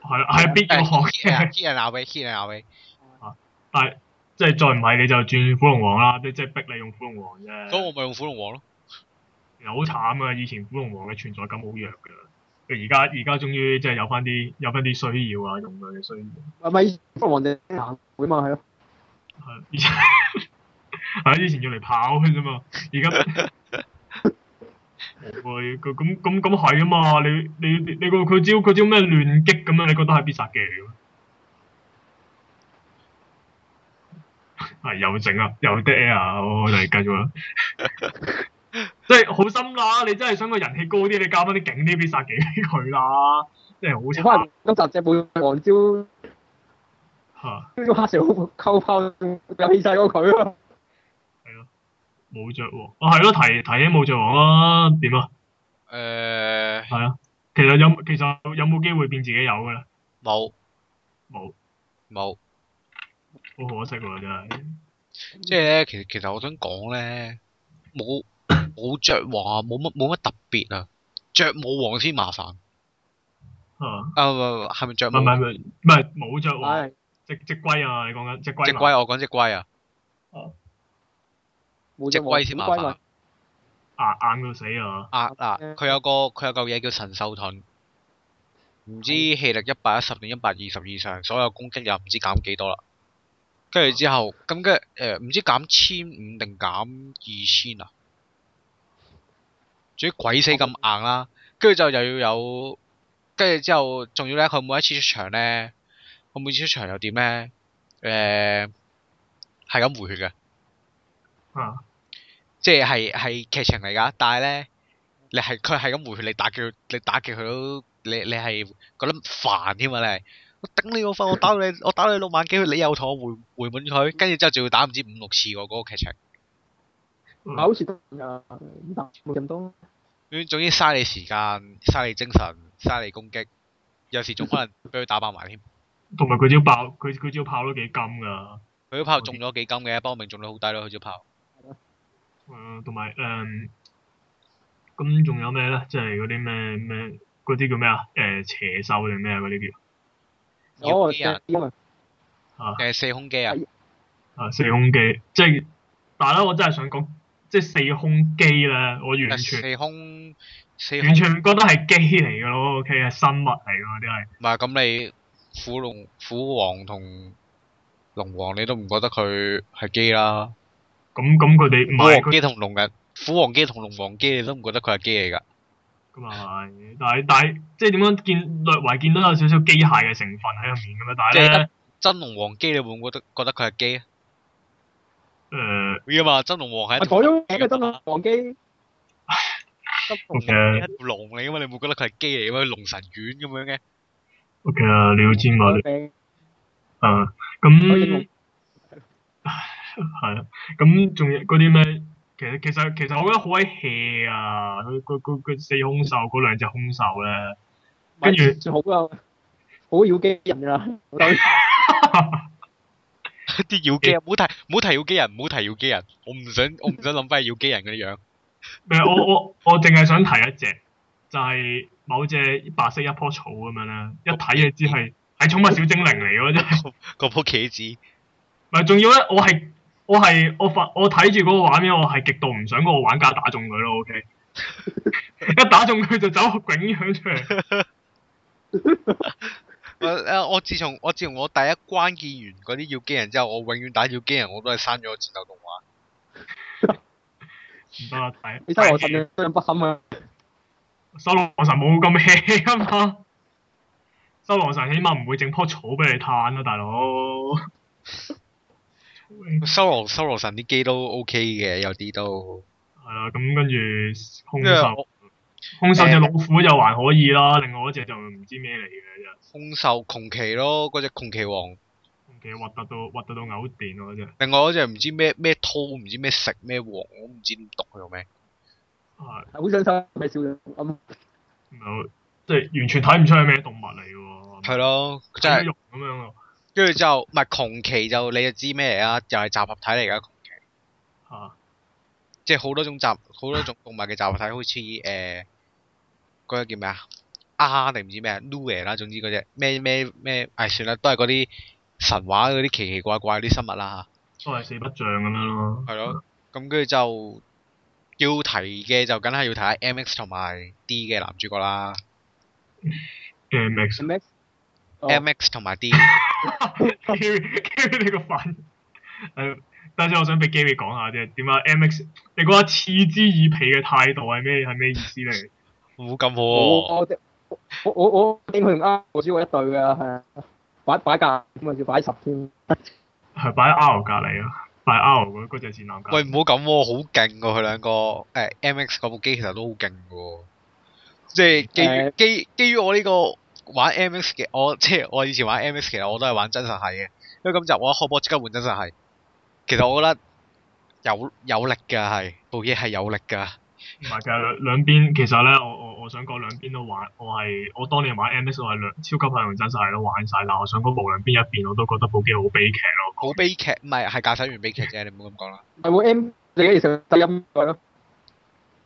B: 係啊啦，係必要學嘅，
A: hit and away，hit and away，
B: 但係即係再唔係你就轉虎龍王啦，即即係逼你用虎龍王
A: 所以
B: 啫。
A: 我咪用虎龍王咯。
B: 其實好慘啊！以前虎龍王嘅存在感好弱㗎，佢而家而家終於即係有翻啲有翻啲需要啊，用佢嘅需要。
C: 係咪不王地行會嘛？係咯，
B: 係以前係啊以前要嚟跑嘅啫嘛，而家冇啊佢咁咁咁係啊嘛！你你你你個佢招佢招咩亂擊咁樣，你覺得係必殺技嚟嘅咩？ [laughs] 係又整啊，又 d air 啊！我哋繼續啦。即係好心啦！你真係想個人氣高啲，你加翻啲勁啲必殺技俾佢啦，真係
C: 可
B: 好慘
C: 能今集隻每王招
B: 嚇！
C: 都黑蛇好溝拋，有氣勢過佢咯。
B: 冇着喎，啊係咯，提提起冇着王啦，點啊？
A: 诶，
B: 係啊，其實有其實有冇機會變自己有嘅咧？
A: 冇
B: 冇，
A: 冇，
B: 好可惜喎，真係。
A: 即係咧，其實其實我想講咧，冇
B: [coughs]
A: 冇雀王啊，冇乜冇乜特別啊，雀武王先麻煩。
B: 啊，
A: 啊，唔係唔係係咪雀
B: 唔係
A: 武？
B: 唔係唔係唔係冇着王，
C: 係
B: 只只龜啊！你講緊只
A: 只
B: 龜嘛？
A: 龜，我講只龜啊，
C: 冇
A: 只
C: 隻王
A: 龜先麻煩
C: 嘛
A: 啊。
B: 硬硬到死啊！
A: 啊嗱，佢有個佢有嚿嘢叫神獸盾，唔知
B: 嗯
A: 氣力一百一十定一百二十以上，所有攻擊又唔知減幾多啦。跟
B: 啊
A: 住之後，咁跟住誒唔知減千五定減二千啊，仲要鬼死咁硬啦。跟住就又要有，跟住之後仲要咧，佢每一次出場咧，佢每次出場又點咧？誒係咁回血嘅。
B: 啊，
A: 即係係劇情嚟㗎，但係咧，你係佢係咁回血，你打佢，你打極佢都，你你係覺得煩添啊！你係我頂你個
B: [laughs]
A: 肺，我打到你，我打到你六萬幾血，你又同我回回滿佢，跟住之後仲要打唔知五六次喎嗰、個劇情，
C: 啊好似得㗎，咁但冇咁多。
A: 總總之嘥你時間，嘥你精神，嘥你攻擊，有時仲可能俾佢打爆埋添。
B: 同埋佢招爆，佢佢招炮都幾金㗎。
A: 佢啲炮中咗幾金嘅，不過命中率好低咯，佢啲炮。
B: 誒，啊同埋誒，咁仲有咩咧？即係嗰啲咩咩嗰啲叫咩啊？誒，邪獸定咩啊？嗰啲叫
C: 哦，
A: 要啲人
C: 因為
B: 啊
A: 誒四空機啊，
B: 啊四空機，即係但係咧，我真係想講，即係四空機咧，我完全。
A: 啊四空四空
B: 完全唔覺得係機嚟嘅咯，OK 係生物嚟嘅啲係，
A: 唔係咁你虎龍虎王同龍王你都唔覺得佢係基啦？
B: 咁咁佢哋唔
A: 虎
B: 係
A: 王
B: 佢
A: 基同龍人，虎王基同龍王基你都唔覺得佢係基嚟㗎？
B: 咁啊係，但係但係即係點樣見略為見到有少少機械嘅成分喺入面咁啊樣，但
A: 即
B: 係
A: 係
B: 咧
A: 得真龍王基你會唔會覺得覺得佢係基啊？
B: 誒
A: 會啊嘛，真龍王係
C: 啊
A: 一
B: [laughs]
C: 改
A: 條
C: 咗名嘅真係黃基，
B: ，OK
A: 一條龍嚟㗎嘛，你唔會覺得佢係基嚟㗎嘛？龍神丸咁樣嘅， [laughs]
B: OK 啊，你要知我哋誒
C: 病
A: 哦
C: 可以用
B: 咁係啊，咁仲有嗰啲咩？其實其實其實我覺得好鬼 hea 啊！佢佢佢佢四空獸嗰兩隻空獸 [laughs] 咧，跟住
C: 最好啊，好妖基人㗎啦，
A: [laughs]
C: 我覺得
A: 啲妖基啊！唔好提唔好提妖基人，唔好提妖基人，我唔想我
B: [laughs]
A: 唔想諗翻妖基人嗰啲樣。
B: 咩？我我我淨係想提一隻，就係、某隻白色一樖草咁樣啦，一睇就知係係寵物小精靈嚟嘅，真係。
A: 嗰樖茄子 [laughs]
B: 唔係，仲要咧，我係我係我發我睇住嗰個畫面，我係極度唔想嗰個玩家打中佢咯。OK，一打中佢就走個囧樣出嚟。
A: 我誒我自從我自從我第一關見完嗰啲妖基人之後，我永遠打妖基人我都係刪咗個戰鬥動畫。
B: 唔得啦，睇哎
C: 你真係我神嘅真不堪啊！
B: 收羅神冇咁 hea 啊嘛。收羅神起碼唔會整樖草俾你嘆啦，啊大佬。
A: 修羅修羅神啲機都 OK 嘅，有啲都。
B: 係啦，咁跟住空
A: 因為
B: 手。
A: 我
B: 空手隻老虎就還可以啦，另外嗰隻就唔知咩嚟嘅啫，
A: 空獸窮奇咯，嗰只窮奇王，
B: 其實核突到核突到嘔電嗰只。
A: 另外嗰只唔知咩咩韜，唔知咩食咩王，我唔知點讀佢做咩。
B: 係
C: 好想收咪笑咗咁，
B: 唔係好即係完全睇唔出係咩動物嚟嘅喎。
A: 係咯，
B: 即
A: 真係
B: 肉嗯咁樣咯，
A: 跟住之後，唔係窮奇就你就知咩嚟啦，又係集合體嚟噶，
B: 嚇
A: [laughs] 即係好多種集好多種動物嘅集合體，好似誒呃嗰只叫咩啊？啊定唔知咩啊 l u e 啦，總之嗰只咩咩咩，唉、算啦，都係嗰啲神話嗰啲奇奇怪怪嗰啲生物啦
B: 都係四不像咁樣咯。
A: 吓，係咯。咁跟住就要提嘅就梗係要睇下 M X 同埋 D 嘅男主角啦。
B: 嘅 [laughs] Max
C: 咩？哦
A: M X 同埋 D，
B: Gary Gary 你個反誒，等陣我想俾 Gary 講下啫。點解 MX 你嗰個嗤之以鼻嘅態度係咩係咩意思嚟？
A: 冇咁
C: 我
A: 好喎。
C: 我我我我我定佢唔啱，我只我一對㗎，係啊，擺擺架咁啊，要擺十添。
B: 係擺喺 R 隔離啊，擺喺 R 嗰嗰隻戰艦隔離。
A: 喂，唔好咁喎，好勁喎佢兩個。誒、M X 嗰部機其實都好勁嘅喎，即係基於、
C: 誒
A: 基基於我呢個玩 M X 嘅，我即係我以前玩 M X 其實我都係玩真實系嘅，因為今集我一開波即刻換真實系。其實我覺得有有力㗎係，部機係有力㗎。
B: 唔係，其實兩兩邊其實咧，我我我想講兩邊都玩，我係我當年玩 MS 我係兩超級快同真實係都玩晒，但我想講無論邊一邊我都覺得部機好悲劇咯。
A: 好悲劇，唔係係駕駛員悲劇啫，你唔好咁講啦。
C: 係會 M 自己其實低音佢咯，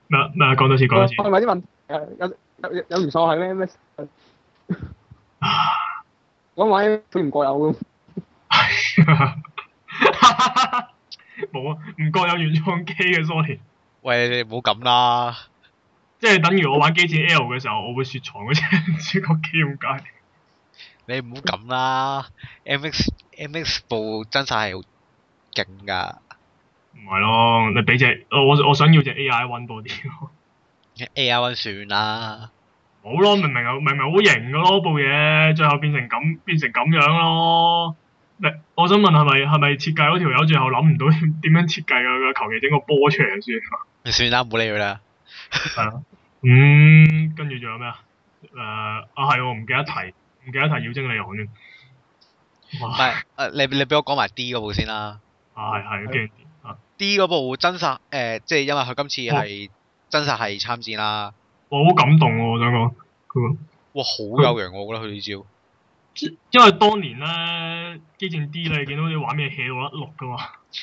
B: 咩咩講多次講多次，
C: 係咪啲問題啊？有有有有元素係咩咩？我玩 M 佢唔過有咁，
B: [laughs] 冇啊，唔覺有原創機嘅 sorry，
A: 喂，你唔好咁啦。
B: 即係等於我玩機戰 L 嘅時候，我會雪藏嗰隻 [laughs] 主角機咁解。
A: 你唔好咁啦，M X M X 部真晒係好勁噶
B: 唔係咯，你俾只我我想要隻 AI One 多啲咯。
A: ，A R 啊 One 算啦。
B: 冇咯，明明有明明好型噶咯部嘢，最後變成咁變成咁樣咯。你我想問係咪係咪設計嗰條友最後諗唔到點樣設計啊？求其整個波出嚟先。
A: 算啦，唔好理佢啦。
B: 係啊。嗯，跟住仲有咩啊？誒、啊係我唔記得提，唔記得提妖精利昂添。
A: 唔
B: 哇！
C: [laughs]
A: 係，誒你你俾我講埋 D 嗰部先啦。
B: 啊係係驚啊！
A: D 嗰部真實誒、即係因為佢今次
C: 哦
A: 係真實係參戰啦。
B: 我好感動喎、我想講佢個。
A: 哇，好
C: 嗯
A: 有型喎我覺得佢呢招。
B: 因為當年咧，機戰 D 咧，你見到啲畫面 hea 到甩碌噶嘛，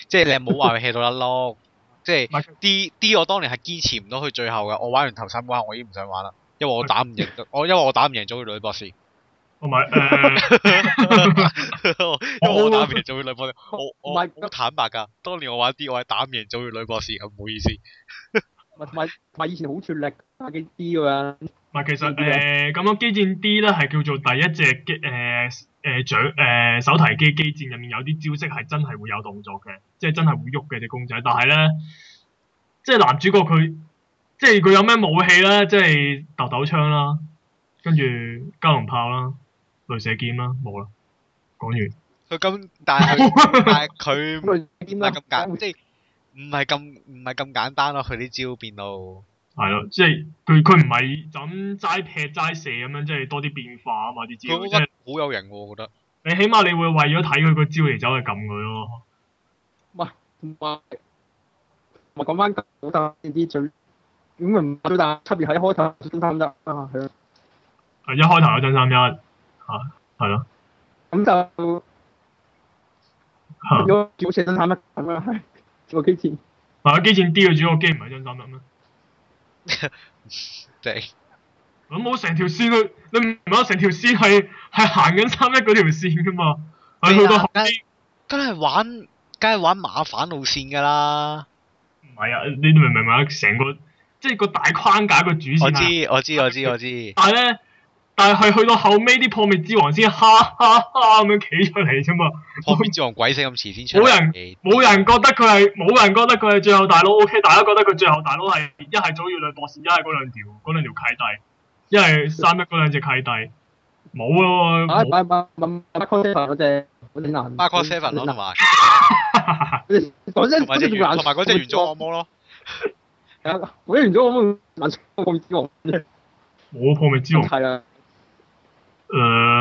A: 即係你唔好話佢 hea 到甩碌，即
B: 唔係
A: 係 D D 我當年係堅持唔到去最後嘅，我玩完頭三關我已經唔想玩啦，因為我打唔贏，
C: [laughs]
A: 我因為我打唔贏咗佢女博士，因
B: 同埋誒
A: 為我打唔贏咗佢女博士，我
C: 唔
A: 我
C: 係
A: 好坦白㗎，當年我玩 D 我係打唔贏咗佢女博士咁，唔好意思，
C: 同埋同埋以前好脱力打幾 D 㗎嘛。
B: 唔係其實
C: 呢啲
B: 誒
C: 啊
B: 咁樣機戰 D 咧係叫做第一隻機誒誒掌誒手提機機戰入面有啲招式係真係會有動作嘅，即係真係會喐嘅只公仔，但係咧即係男主角佢即係佢有咩武器咧，即係豆豆槍啦，跟住加農炮啦，雷射劍啦，冇啦，講完。
A: 佢咁但係佢 [laughs] 但係佢唔
C: 咁佢點啊
A: 係咁簡，即係唔係咁唔係咁簡單咯，佢啲招變到
B: 係咯，即係佢佢唔係就咁齋劈齋射咁樣，即係多啲變化啊嘛啲招，
A: 佢
B: 即係
A: 覺得好有型喎，我覺得。 [laughs]
B: 你起碼你會為咗睇佢個招嚟走去撳佢咯。
C: 同埋同埋講翻好大呢啲最咁唔最大差別喺一開頭先貪得啊，係咯
B: 啊一開頭有真三一嚇係咯，
C: 咁就
B: 嚇
C: 咗好似真貪得咁啦，係做機戰
B: 嗱機戰 D 嘅主角機唔係真三一咩？
A: 即係
B: 咁冇成條線佢，你唔明啊？成條線係係行緊三一嗰條線噶嘛？係去到後邊
A: 梗係玩，梗係玩馬反路線㗎啦。
B: 唔係啊？你明唔明啊？成個即係個大框架個主線
A: 我
B: 係
A: 知我知我知
B: [laughs]
A: 我知，
B: 但係咧，但係去到後尾啲破滅之王先哈哈哈咁樣企出嚟啫嘛，
A: 破滅之王鬼死咁遲先出
B: 冇人
A: 嚟，
B: 冇人覺得佢係冇人覺得佢係最後大佬，OK，大家覺得佢最後大佬係一係早乙女博士，一係嗰兩條嗰兩條契弟，一係三一嗰兩隻契弟，冇咯，
C: 啊，
B: 冇
C: 買買買買 c o n s e v e 嗰只好似難，
A: 包括 Seven 咯，同埋
C: 講真，
A: 同埋只
C: 嗰
A: 原
C: 難
A: 同埋嗰只原裝惡魔 [laughs] 咯，
C: 係啊，嗰只原裝我難過之王
B: 冇破滅之王，誒呃
C: 係啦，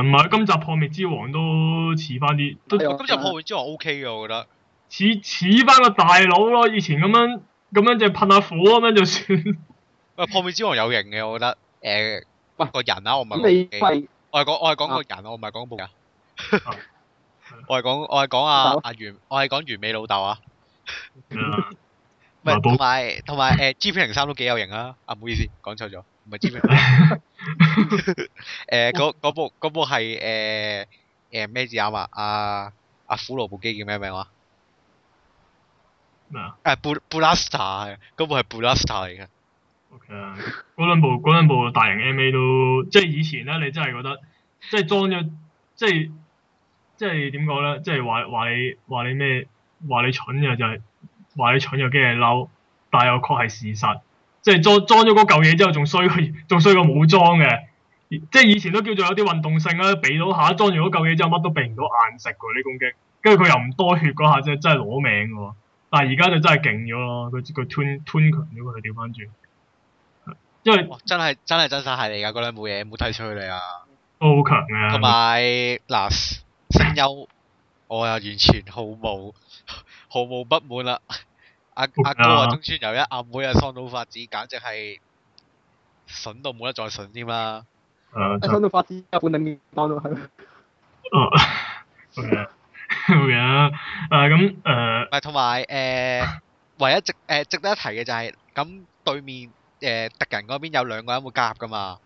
B: 唔係今集破滅之王都似翻啲，都
C: 係啊
A: 咁就破滅之王 O K 嘅，我覺得。
B: 似似翻個大佬咯，以前咁樣咁樣就噴下火咁樣就算， [laughs]
A: 喂，破滅之王有型嘅，我覺得誒
C: 喂
A: 個人啦，我唔係
C: 咁你
A: 講部機
C: 係
A: 我係講我係講個人，我唔係講部人
B: 啊。
A: [laughs] 我係講我係講阿
C: 老豆
A: 阿袁，我係講袁美老豆啊，
B: 係啊
A: 唔係
B: 嗱寶
A: 同埋同埋誒 G P [laughs] 零三都幾有型啊！啊，唔好意思，講錯咗。唔係知名度。誒嗰嗰部嗰部係誒誒咩字眼啊？阿阿虎羅部機叫咩名話？
B: 咩啊
A: 誒布布拉斯塔嗰部係布拉斯塔嚟嘅。
B: ？OK 啊，嗰兩部嗰兩部大型 MA 都即係以前咧，你真係覺得即係裝咗即係即係點講咧？即係話話你話你咩話你蠢嘅就係、話你蠢又驚你嬲，但係又確係事實。即係裝裝咗嗰嚿嘢之後，仲衰過 [laughs] 仲衰過冇裝嘅。即係以前都叫做有啲運動性啦，避到下裝完嗰嚿嘢之後，乜都避唔到硬食㗎呢攻擊。跟住佢又唔多血嗰下，真係真係攞命㗎喎。但係而家就真係勁咗咯，佢佢 turn turn 強咗佢調翻轉，因為
A: 哇！真係真係真曬係嚟㗎啊嗰兩部嘢，冇睇出佢哋啊！
B: 都好強嘅。
A: 同埋嗱，聲優我又完全毫無毫無不滿啦。阿
B: 服
A: 阿哥啊，
B: 啦
A: 中村由一，阿妹啊，桑島法子，簡直係筍到冇得再筍添啦！
B: 誒
C: 一
B: 啊就
C: 生到發展日本領當到係。
B: 哦 [laughs] OK 啊 OK 啊，誒咁呃誒
A: 唔係同埋誒，唯一值誒、呃值得一提嘅就係、咁對面誒、敵人嗰邊有兩個人會加入噶嘛。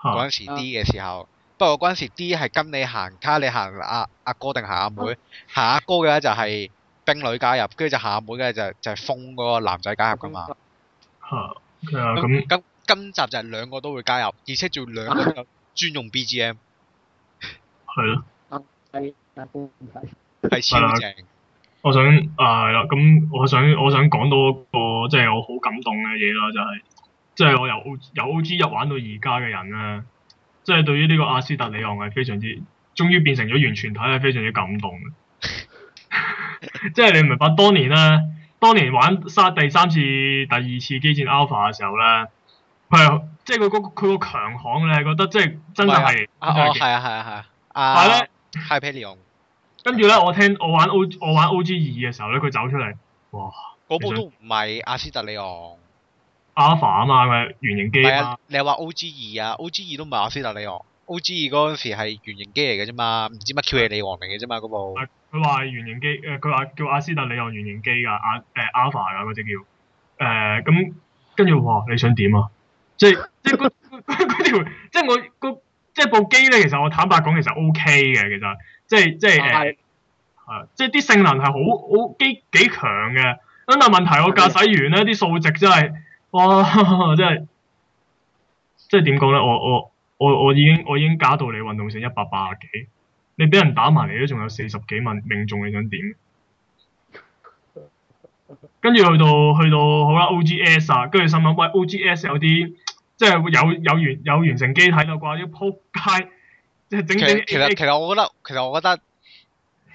A: 嗰
B: 嚇
A: 陣時 D 嘅時候，不過嗰陣時 D 係跟你行，睇下你行阿阿哥定行阿妹，行阿哥嘅咧就係冰女加入，跟住就行阿妹嘅就就係封嗰個男仔加入噶嘛。
B: 嚇 OK 啊咁
A: 咁今集就係兩個都會加入，而且仲要兩 [laughs] 個都有專用 BGM，
B: 係咯。
C: 係日本唔係。
A: 係超正。
B: 我想啊係啦，咁、我想我想講到一個即係我好感動嘅嘢啦，就係即係我由 O 由 O.G. 入玩到而家嘅人咧，即係對於呢個阿斯特里昂係非常之，終於變成咗完全體係非常之感動 [laughs] 嘅。即係你明白當年咧，當年玩沙第三次、第二次機戰 Alpha 嘅時候咧，佢係即係佢嗰個佢個強項咧，覺得即係真係係
A: 啊哦，係啊係啊係啊。
B: 但係咧
A: 啊。h y p e r i o n
B: 跟住咧，我聽我玩 O 我玩 O.G. 二嘅時候咧，佢走出嚟，哇！
A: 嗰部都唔係阿斯特里昂，
B: Alpha 啊嘛，佢係原型機
A: 係
B: 啊
A: 啊，你話 O.G. 二啊，O.G. 二都唔係阿斯特里昂，O.G. 二嗰陣時係原型機嚟嘅啫嘛，唔知乜 Q 嘢李王嚟嘅啫嘛嗰部。
B: 嘛，佢話係原型機，誒佢話叫阿斯特里昂原型機㗎，阿誒呃 Alpha 㗎嗰只叫，誒咁跟住哇你想點啊？即係即係嗰嗰嗰條，即係我嗰即係部機咧，其實我坦白講其實 O K 嘅，其實即係啊即係誒
C: 係
B: 係啊即係啲性能係好好幾幾強嘅，咁但係問題我駕駛員咧啲數值真係，哇 [laughs] 真係即係點講咧？我我我我已經我已經加到你運動性一百八十幾。你俾人打埋嚟都仲有四十幾命命中，你想點？跟住去到去到好啦，OGS 啊，跟住心諗喂 OGS 有啲即係會有有完有完成機體啦啩，啲撲街即係整
A: 其
B: 整
A: 實其實其實我覺得其實我覺得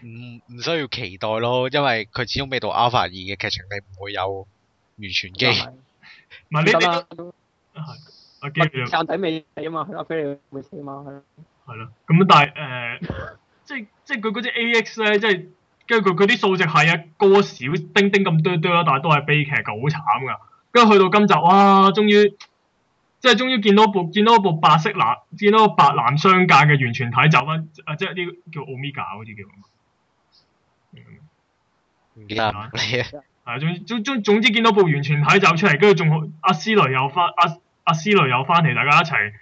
A: 唔唔需要期待咯，因為佢始終未到 Alpha 二嘅劇情，你唔會有完全機。
B: 唔係你啊
C: 得
B: 你
C: 啦，
B: 阿基你
C: 撐仔未死啊嘛，阿飛你未死啊嘛，係咯。
B: 係咯，咁但係誒、呃即係 [laughs] 即係佢嗰只 AX 咧，即係跟住佢佢啲數值係啊高咗少丁丁咁多多啦，但係都係悲劇㗎，好慘㗎。跟住去到今集，哇！終於即係終於見到部見到部白色藍，見到個白藍相間嘅完全體走翻啊！即係呢個叫 Omega 好似叫。嗯
A: 唔記得 [laughs] 你啊，
B: 係總總總總之見到部完全體走出嚟，跟住仲好阿斯雷又翻阿阿斯雷又翻嚟，大家一齊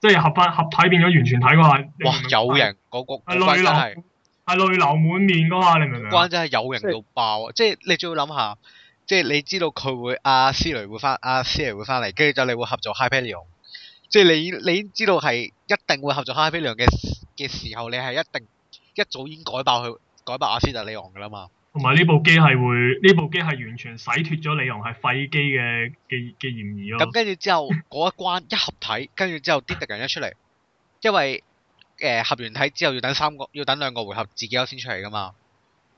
B: 即係合翻合體變咗完全體嗰下，你
A: 哇啊
B: 明唔明
A: 有型嗰個嗰關
B: 係淚
A: 真係
B: 流，係淚流滿面嗰下，你明唔明啊？
A: 關真係有型到爆啊！即係你仲要諗下，即係你知道佢會阿斯雷會翻阿斯雷會翻嚟，跟住就你會合作 Hyperion。即係你已你已經知道係一定會合作 Hyperion 嘅嘅時候，你係一定一早已經改爆佢改爆阿斯特里昂㗎啦嘛。
B: 同埋呢部機係會，呢部機係完全洗脱咗李昂係廢機嘅嘅嘅嫌疑咯
A: 咁。跟住之後嗰一關一合體，跟住之後啲敵人一出嚟，因為誒、呃合完體之後要等三個，要等兩個回合自己優先出嚟噶嘛。
B: 啊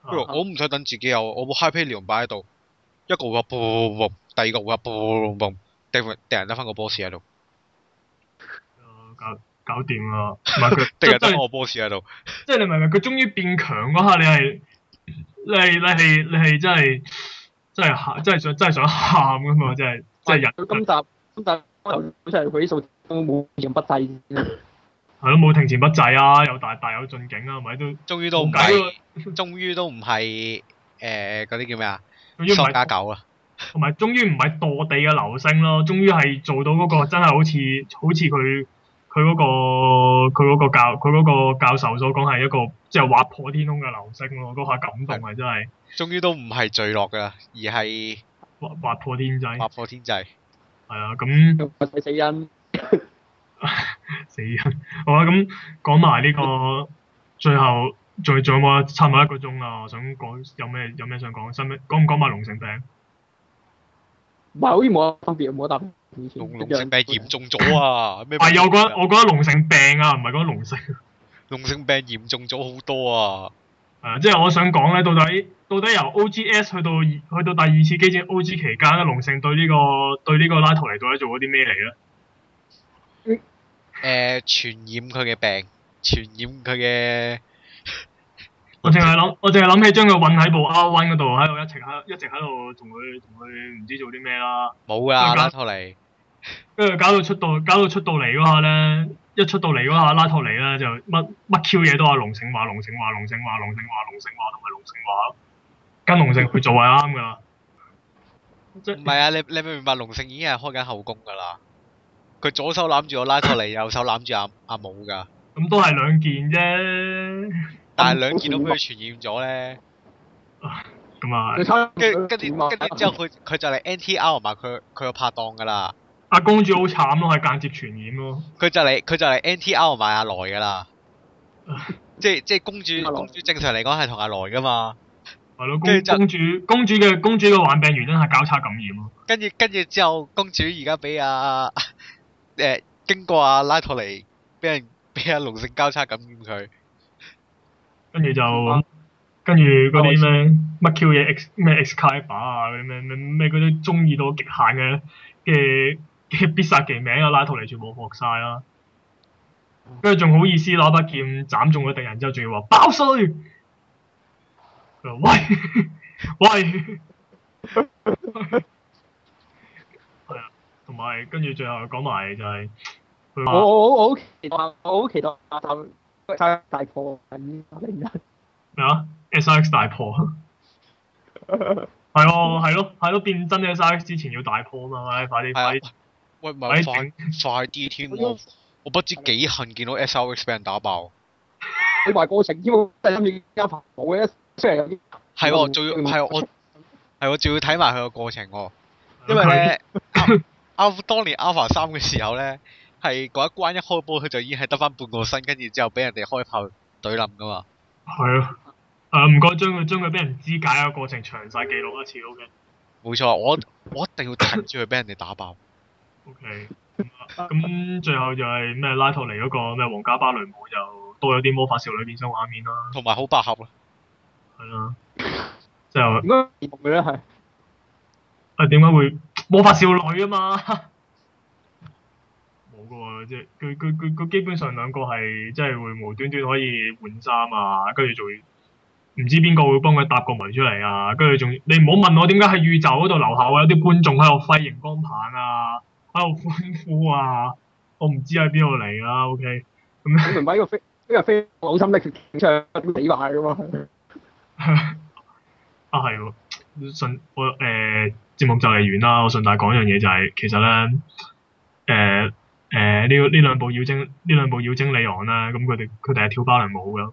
A: 跟住我唔想等自己有，我部 high p a l i o n 擺喺度，一個回合嘣嘣嘣，第二個回合嘣嘣嘣，敵人敵人得翻個 boss 喺度，
B: 搞搞掂啦，唔
A: [laughs]
B: 係佢
A: 敵
B: 即
A: 人得
B: 係
A: 翻個 boss 喺度。
B: 即係你明唔明？佢終於變強嗰下，你係你係你係你係真係真係喊，真係想真係想喊噶嘛！真係真係人
C: 佢今集今集開頭出嚟，佢啲數都冇言不濟。
B: 係咯，冇停前不滯啊，有大大有進境啊，係咪都
A: 終於都唔
B: 冇計
A: 係，終於都唔係誒嗰啲叫咩啊？
B: 佢已經唔
A: 喪家
B: 係
A: 狗啊！
B: 同埋終於唔係墮地嘅流星咯，終於係做到嗰個真係好似好似佢佢嗰個佢嗰個教佢嗰個教授所講係一個即係劃破天空嘅流星咯，嗰下感動啊係真係
A: 終於都唔係墜落㗎啦，而係
B: 劃劃破天際，
A: 劃破天際。
B: 係啊，咁
C: 我睇死因，
B: 死 [laughs] 人好啊！咁講埋呢個最後最仲有冇啊差唔多一個鐘啦，我想講有咩有咩想講，使唔使講唔講埋龍城病？
C: 唔係好似冇乜分別，冇乜答以前
A: 龍
C: 一
A: 龍
C: 樣
A: 性病嚴重咗啊！咩？
B: 係有覺得我覺得龍城病啊，唔係講龍城。
A: 龍性病嚴重咗好多啊！
B: 係啊，即係我想講咧，到底到底由 OGS 去到二去到第二次機戰 OG 期間咧，龍城對呢、個對呢個拉圖尼到底做咗啲咩嚟咧？
A: 誒，傳染佢嘅病，傳染佢嘅
B: 我淨係諗，我淨係諗起將佢韞喺部 R One 嗰度，喺度一直喺一直喺度同佢同佢唔知做啲咩啦。
A: 冇㗎啦，
B: 佢搞
A: 啊拉托尼。
B: 跟住搞到出到搞到出到嚟嗰下咧，一出到嚟嗰下拉托尼咧就乜乜 Q 嘢都話龍城話龍城話龍城話龍城話龍城話同埋龍城話，跟龍城去做係啱噶啦。即
A: 唔係啊，你你明唔明白？龍勝已經係開緊後宮㗎啦。佢左手攬住我拉
C: [coughs]
A: 托尼，右手攬住阿阿武㗎。
B: 咁都係兩件啫，
A: 但係兩件都
C: 啊
A: 俾佢傳染咗咧。
B: 咁啊
C: 你睇
A: 跟住跟
C: 啊
A: 住跟住之後，佢佢就嚟 NTR 埋佢佢個拍檔㗎啦。
B: 阿公主好慘咯，係間接傳染咯。
A: 佢就嚟佢就嚟 NTR 埋阿來㗎
C: [laughs]
A: 啦。即係即係公主
C: 阿來
A: 公主正常嚟講係同阿來㗎嘛。
B: 係咯，
A: 跟住就
B: 公公主公主嘅公主嘅患病原因係交叉感染咯。
A: 跟住跟住之後，公主而家俾阿 [laughs] 誒經過阿拉托尼俾人俾阿龍勝交叉感染佢。
B: 跟住
C: 嗯
B: 就跟住嗰啲
C: 啊
B: 咩乜 Q 嘢 X 咩 X c a l i b u r 啊，嗰啲咩咩咩嗰啲中意到極限嘅嘅嘅必殺技名啊，拉圖尼全部學晒啦。跟住仲好意思攞把劍斬中咗敵人之後，仲要話包衰。佢話喂 [laughs] 喂，係啊，同埋跟住最後講埋就係佢
C: 我
B: 話
C: 我我好期待，我好期待阿頭大大破緊零一。
B: 咩啊？SRX 大破。係咯，係咯，係咯，變真嘅 size 之前要大破啊嘛，唉快啲
A: 係啊
B: 快啲，
A: 喂，唔
B: 快
A: 係快
B: 啲整，
A: 快啲添
C: 我要
A: 喎！我不知幾恨見到 SRX 俾人打爆。
C: 你埋過程，因為真係要加排冇嘅，雖然有啲
A: 係喎，
C: 嗯
A: 仲要
C: 嗯
A: 係我係我仲要睇埋佢個過程喎，因為
B: 為
A: [laughs] 咧阿當年 Alpha 三嘅時候咧，係嗰一關一開波佢就已經係得翻半個身，跟住之後俾人哋開炮懟冧噶嘛。
B: 係啊，誒唔該將佢將佢俾人肢解嘅過程詳細記錄一次，OK
A: 冇錯，我我一定要趁住佢俾人哋打爆。
B: OK，咁最後就係咩拉托尼嗰個咩皇家芭蕾舞就多咗啲魔法少女變身畫面啦，
A: 同埋好百合啊！
B: 係啦，之後
C: 點解唔同嘅咧係？
B: 啊點解會魔法少女啊嘛？ [laughs] 冇噶喎，即係佢佢佢佢基本上兩個係即係會無端端可以換衫啊，跟住仲要唔知邊個會幫佢搭個圍出嚟啊，跟住仲你唔好問我點解喺宇宙嗰度樓下會有啲觀眾喺度揮熒光棒啊，喺度歡呼啊，我唔知喺邊度嚟啦，OK，
C: 你明白呢個飛呢個飛好心力警槍咁死埋嘅嘛？
B: 啊係喎，順我誒、呃、節目就嚟完啦，我順帶講樣嘢就係、其實咧誒誒呢個呢兩部妖精呢兩部妖精李昂啦，咁佢哋佢哋係跳芭蕾舞㗎，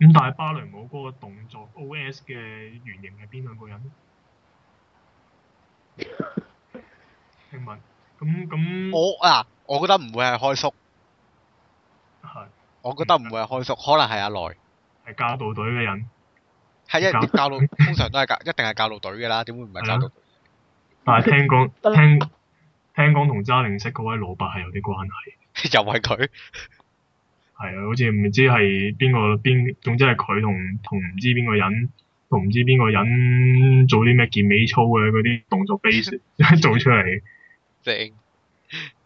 B: 咁但係芭蕾舞嗰個動作 O.S. 嘅原型係邊兩個人？聽聞咁咁
A: 我啊，我覺得唔會係開叔，
B: 係
A: 我覺得唔會係開叔，可能係阿來。
B: 係教導隊嘅人，
A: 係一
B: 教
A: 啲教路，通常都係教， [laughs] 一定係教路隊嘅啦，點會唔係教路隊？
B: 但係聽講聽聽講同揸零食嗰位老伯係有啲關係。
A: 又係佢，
B: 係啊，好似唔知係邊個邊，總之係佢同同唔知邊個人，同唔知邊個人做啲咩健美操嘅嗰啲動作 base 做出嚟。
A: 正
C: 喺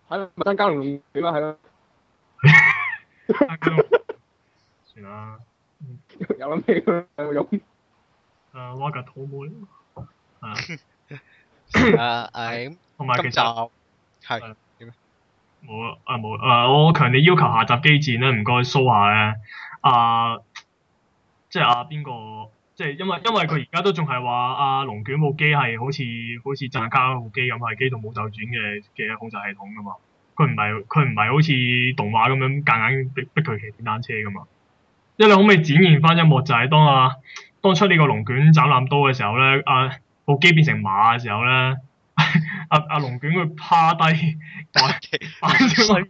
C: 麥當交龍點啊？係咯，
B: 啊算啦，
C: 有諗起佢有用。
B: 誒挖格土妹，係
A: 啊！
B: 啊，
A: 係咁，
B: 同埋其
A: 今集
B: 實
A: 係
B: 冇啊啊冇啊！我強烈要求下集機戰咧，唔該 show 下咧啊，即係啊邊個即係因為因為佢而家都仲係話阿龍捲部機係好似好似賺卡嗰部機咁，係機動武鬥轉嘅嘅控制系統噶嘛。佢唔係佢唔係好似動畫咁樣夾硬逼逼佢騎電單車噶嘛。因為你可唔可以展現翻一幕就係當啊當出呢個龍捲斬攬刀嘅時候咧，啊部機變成馬嘅時候咧， [laughs] 阿阿龍捲佢趴低， [laughs] 嗯
A: [laughs] 衰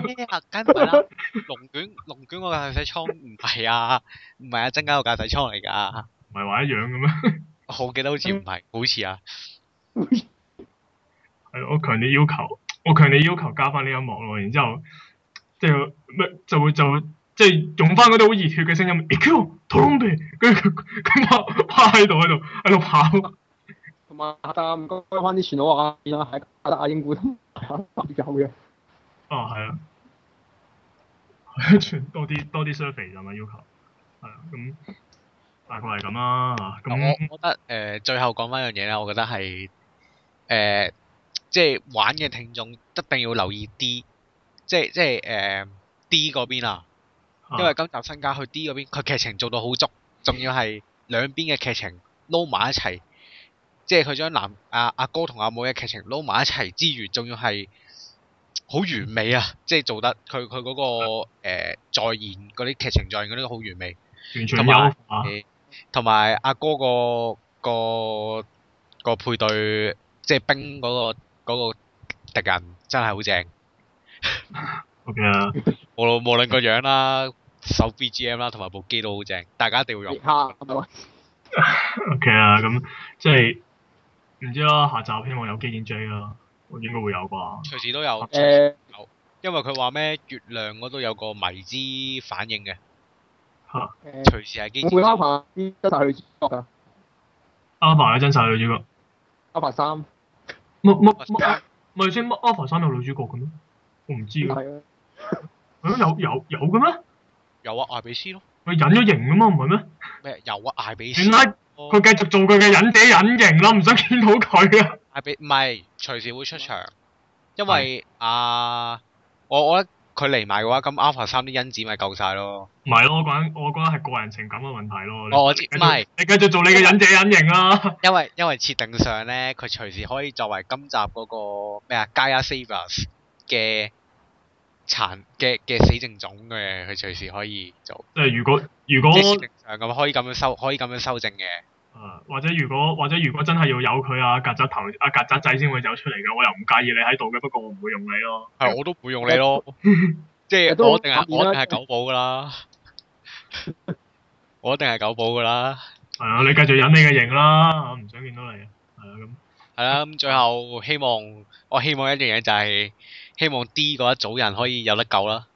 A: 咩啊？哎梗唔係啦，龍卷龍卷個駕駛艙唔係啊，唔係啊，增加個駕駛艙嚟㗎。
B: 唔係話一樣嘅咩？ [laughs]
A: 我記得好似唔係，好似啊，
B: 係我強烈要求，我強烈要求加翻呢一幕咯，然之後即係咩就會就會即係用翻嗰啲好熱血嘅聲音，Q 通地，跟住佢佢趴趴喺度喺度喺度跑，
C: 同埋阿達唔該翻啲全佬阿燕啦，係阿達阿英古同有嘅。
B: 哦係啊， [laughs] 係啊全多啲多啲 survey 就咪要求，係啊咁大概係咁啦嚇，
A: 我
B: 咁
A: 我覺得誒、呃最後講翻樣嘢咧，我覺得係誒、呃即係玩嘅聽眾一定要留意 D，即係即係誒、呃 D 嗰邊啊，因為今集新加去 D 嗰邊，佢劇情做到好足，仲要係兩邊嘅劇情撈埋一齊，即係佢將男啊阿阿哥同阿妹嘅劇情撈埋一齊之餘，仲要係好完美啊！即係做得佢佢嗰個、呃、再現嗰啲劇情再現嗰啲好完美。
B: 完全優化，
A: 同埋阿哥個個個配對，即係冰嗰、個嗰、個敵人真係好正，
B: ，OK 啊，
A: 無論無論個樣啦、手 BGM 啦，同埋部機都好正，大家一定要用
C: 熱。蝦係咪話
B: OK 啊，咁即係唔知啦，下集希望有機見 J 啦，我應該會有啩。
A: 隨時都有，
C: 誒
A: 因為佢話咩月亮嗰度有個迷之反應嘅，
C: 誒？
A: 隨時係機
C: 我會
A: 戰。
C: 阿凡啲真係去啊主角㗎，
B: Alpha 嘅真實女主角，
C: 阿凡三
B: 乜乜乜咪先乜 Alpha 三有女主角嘅咩？我唔知㗎，
C: 係啊，
B: 係咯有有有嘅咩？
A: 有啊，艾比斯咯，
B: 佢隱咗形㗎啊嘛，唔係咩？
A: 咩有啊，艾比斯
B: 原。來
A: 咯
B: 佢繼續做佢嘅隱者隱形啦，唔想見到佢啊！
A: 艾比唔係隨時會出場，因為啊，我我覺得佢嚟埋嘅話，咁 Alpha 三啲因子咪夠晒咯。
B: 唔係咯，我講我講係個人情感嘅問題咯。你
A: 哦我我知，唔
B: 繼續
A: 係
B: 你繼續做你嘅隱者隱形啦。
A: 因為因為設定上咧，佢隨時可以作為今集嗰個咩啊 Gaia Savers 嘅殘嘅嘅死剩種嘅，佢隨時可以做。
B: 即係如果如果
A: 即係設定上咁可以咁樣修，可以咁樣修正嘅。
B: 啊，或者如果或者如果真係要有佢啊，曱甴頭啊曱甴仔先會走出嚟嘅，我又唔介意你喺度嘅，不過我唔會用你咯。
A: 係我都唔會用你 [laughs] 咯，即係
C: 亦都
A: 嗯我一定係
C: 合意
A: 我
C: 啦
A: 一定係九保噶 [laughs] 啦，我一定係九保噶啦。
B: 係啊，你繼續忍你嘅型啦，我唔想見到你啊。係啊，咁
A: 係啦，咁最後希望我希望一樣嘢就係希望 D 嗰一組人可以有得救啦。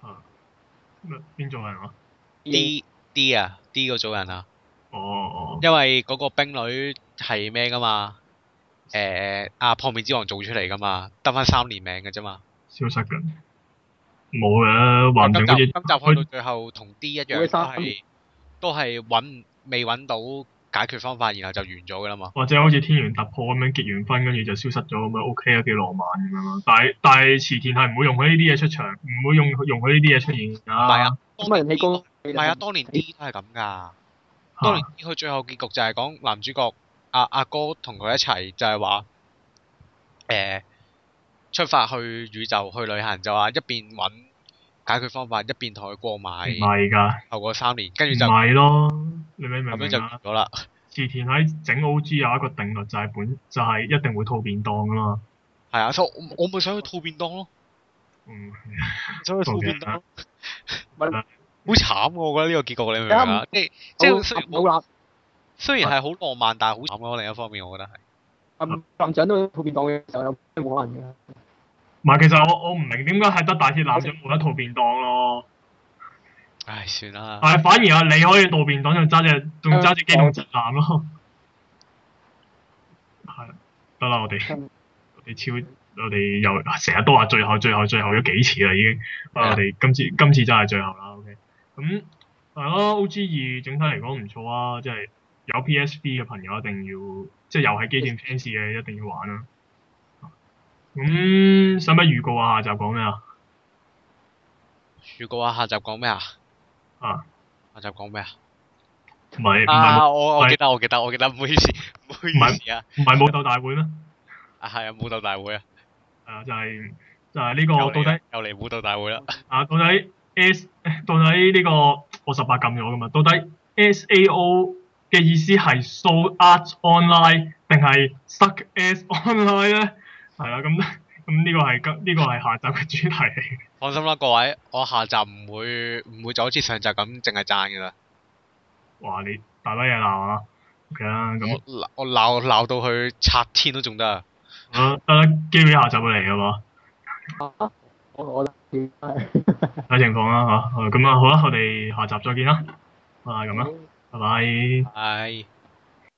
B: 啊，咩邊種人啊？
C: 嗯
A: D D 啊，D 嗰組人啊，
B: 哦哦，
A: 因為嗰個冰女係咩噶嘛？誒、阿破面之王做出嚟噶嘛，得翻三年命嘅啫嘛。
B: 消失緊。冇嘅，話唔
A: 啊今
B: 定
A: 集
B: 好
A: 今
B: 似
A: 集去到最後同 D 一樣，
C: 會
A: 都
C: 三
A: 係都係揾未揾到解決方法，然後就完咗噶啦嘛。
B: 或者好似天元突破咁樣結完婚，跟住就消失咗咁樣，OK 啊，幾浪漫咁樣咯。但係但係池田係唔會用佢呢啲嘢出場，唔會用用佢呢啲嘢出現㗎。唔
A: 唔係啊，
C: 咁啊人氣高，
A: 唔係啊，當年 D 都係咁㗎。當
B: 啊
A: 年佢最後結局就係講男主角阿阿、哥同佢一齊就係話誒出發去宇宙去旅行，就話一邊揾解決方法，一邊同佢過埋
B: 唔係㗎，
A: 後嗰三年，跟
B: 唔
A: 住就咁
B: 係咯，你明唔
A: 樣
B: 明
A: 就
B: 啊
A: 完？咗啦。
B: 池田喺整 O.G. 有一個定律就係本就係、一定會套便當噶嘛。
A: 係啊，所以我我咪想去套便當咯，
B: 嗯，
A: 想去套便當咯，
C: 唔係
A: [laughs] 好慘喎！我覺得呢個結局你明唔明啊？即係即係雖然
C: 好啦，
A: 雖然係好浪漫，但係好慘咯。另一方面，我覺得係
C: 阿男長都普遍當嘅時候有冇可能嘅？
B: 唔係其實我我唔明點解係得大鐵男咗冇得套便當咯，
A: 唉算啦。
B: 係反而啊你可以套便當就揸只仲揸只機動直男咯。係得啦，我哋
C: 嗯
B: 我哋超我哋又成日都話最後最後最後咗幾次啦已經，啊我哋今次今次真係最後啦。OK，咁係咯，O.G. 二整體嚟講唔錯啊，即係有 P.S.V 嘅朋友一定要，即係又係機戰 fans 嘅一定要玩啦、咁使唔使預告啊？下集講咩啊？
A: 如果話下集講咩啊？
B: 啊，
A: 下集講咩啊？
B: 唔係唔係
A: 啊，我我記得我記得我記得，唔好意思，唔好
B: 唔
A: 意
B: 係
A: 思啊，
B: 唔係武鬥大會咩？
A: 啊係啊，武鬥大會啊，
B: 係啊，就係就係呢個
A: 又
B: 哦到底
A: 嚟。啊又嚟武鬥大會啦，
B: 啊，到底 S [laughs] 到底呢、個我十八禁咗噶嘛？到底 SAO 嘅意思係 So Art Online 定係 Suck S [laughs] Online 咧？係啊啦，咁 [laughs] 咁呢個係今呢個係下集嘅主題 [laughs] 嚟。
A: 放心啦各位，我下集唔會唔會就好似上集咁淨係讚㗎啦，
B: 哇！你大把嘢鬧啊！OK 啦，咁
A: 我鬧我鬧鬧到佢拆天都仲得啊，
B: 好啦得啦，機會下集會嚟噶嘛？
C: 我我諗點係
B: 睇情況啦嚇。啊咁啊，好啦，我哋下集再見啦。啊，咁啦，拜拜。
A: 係。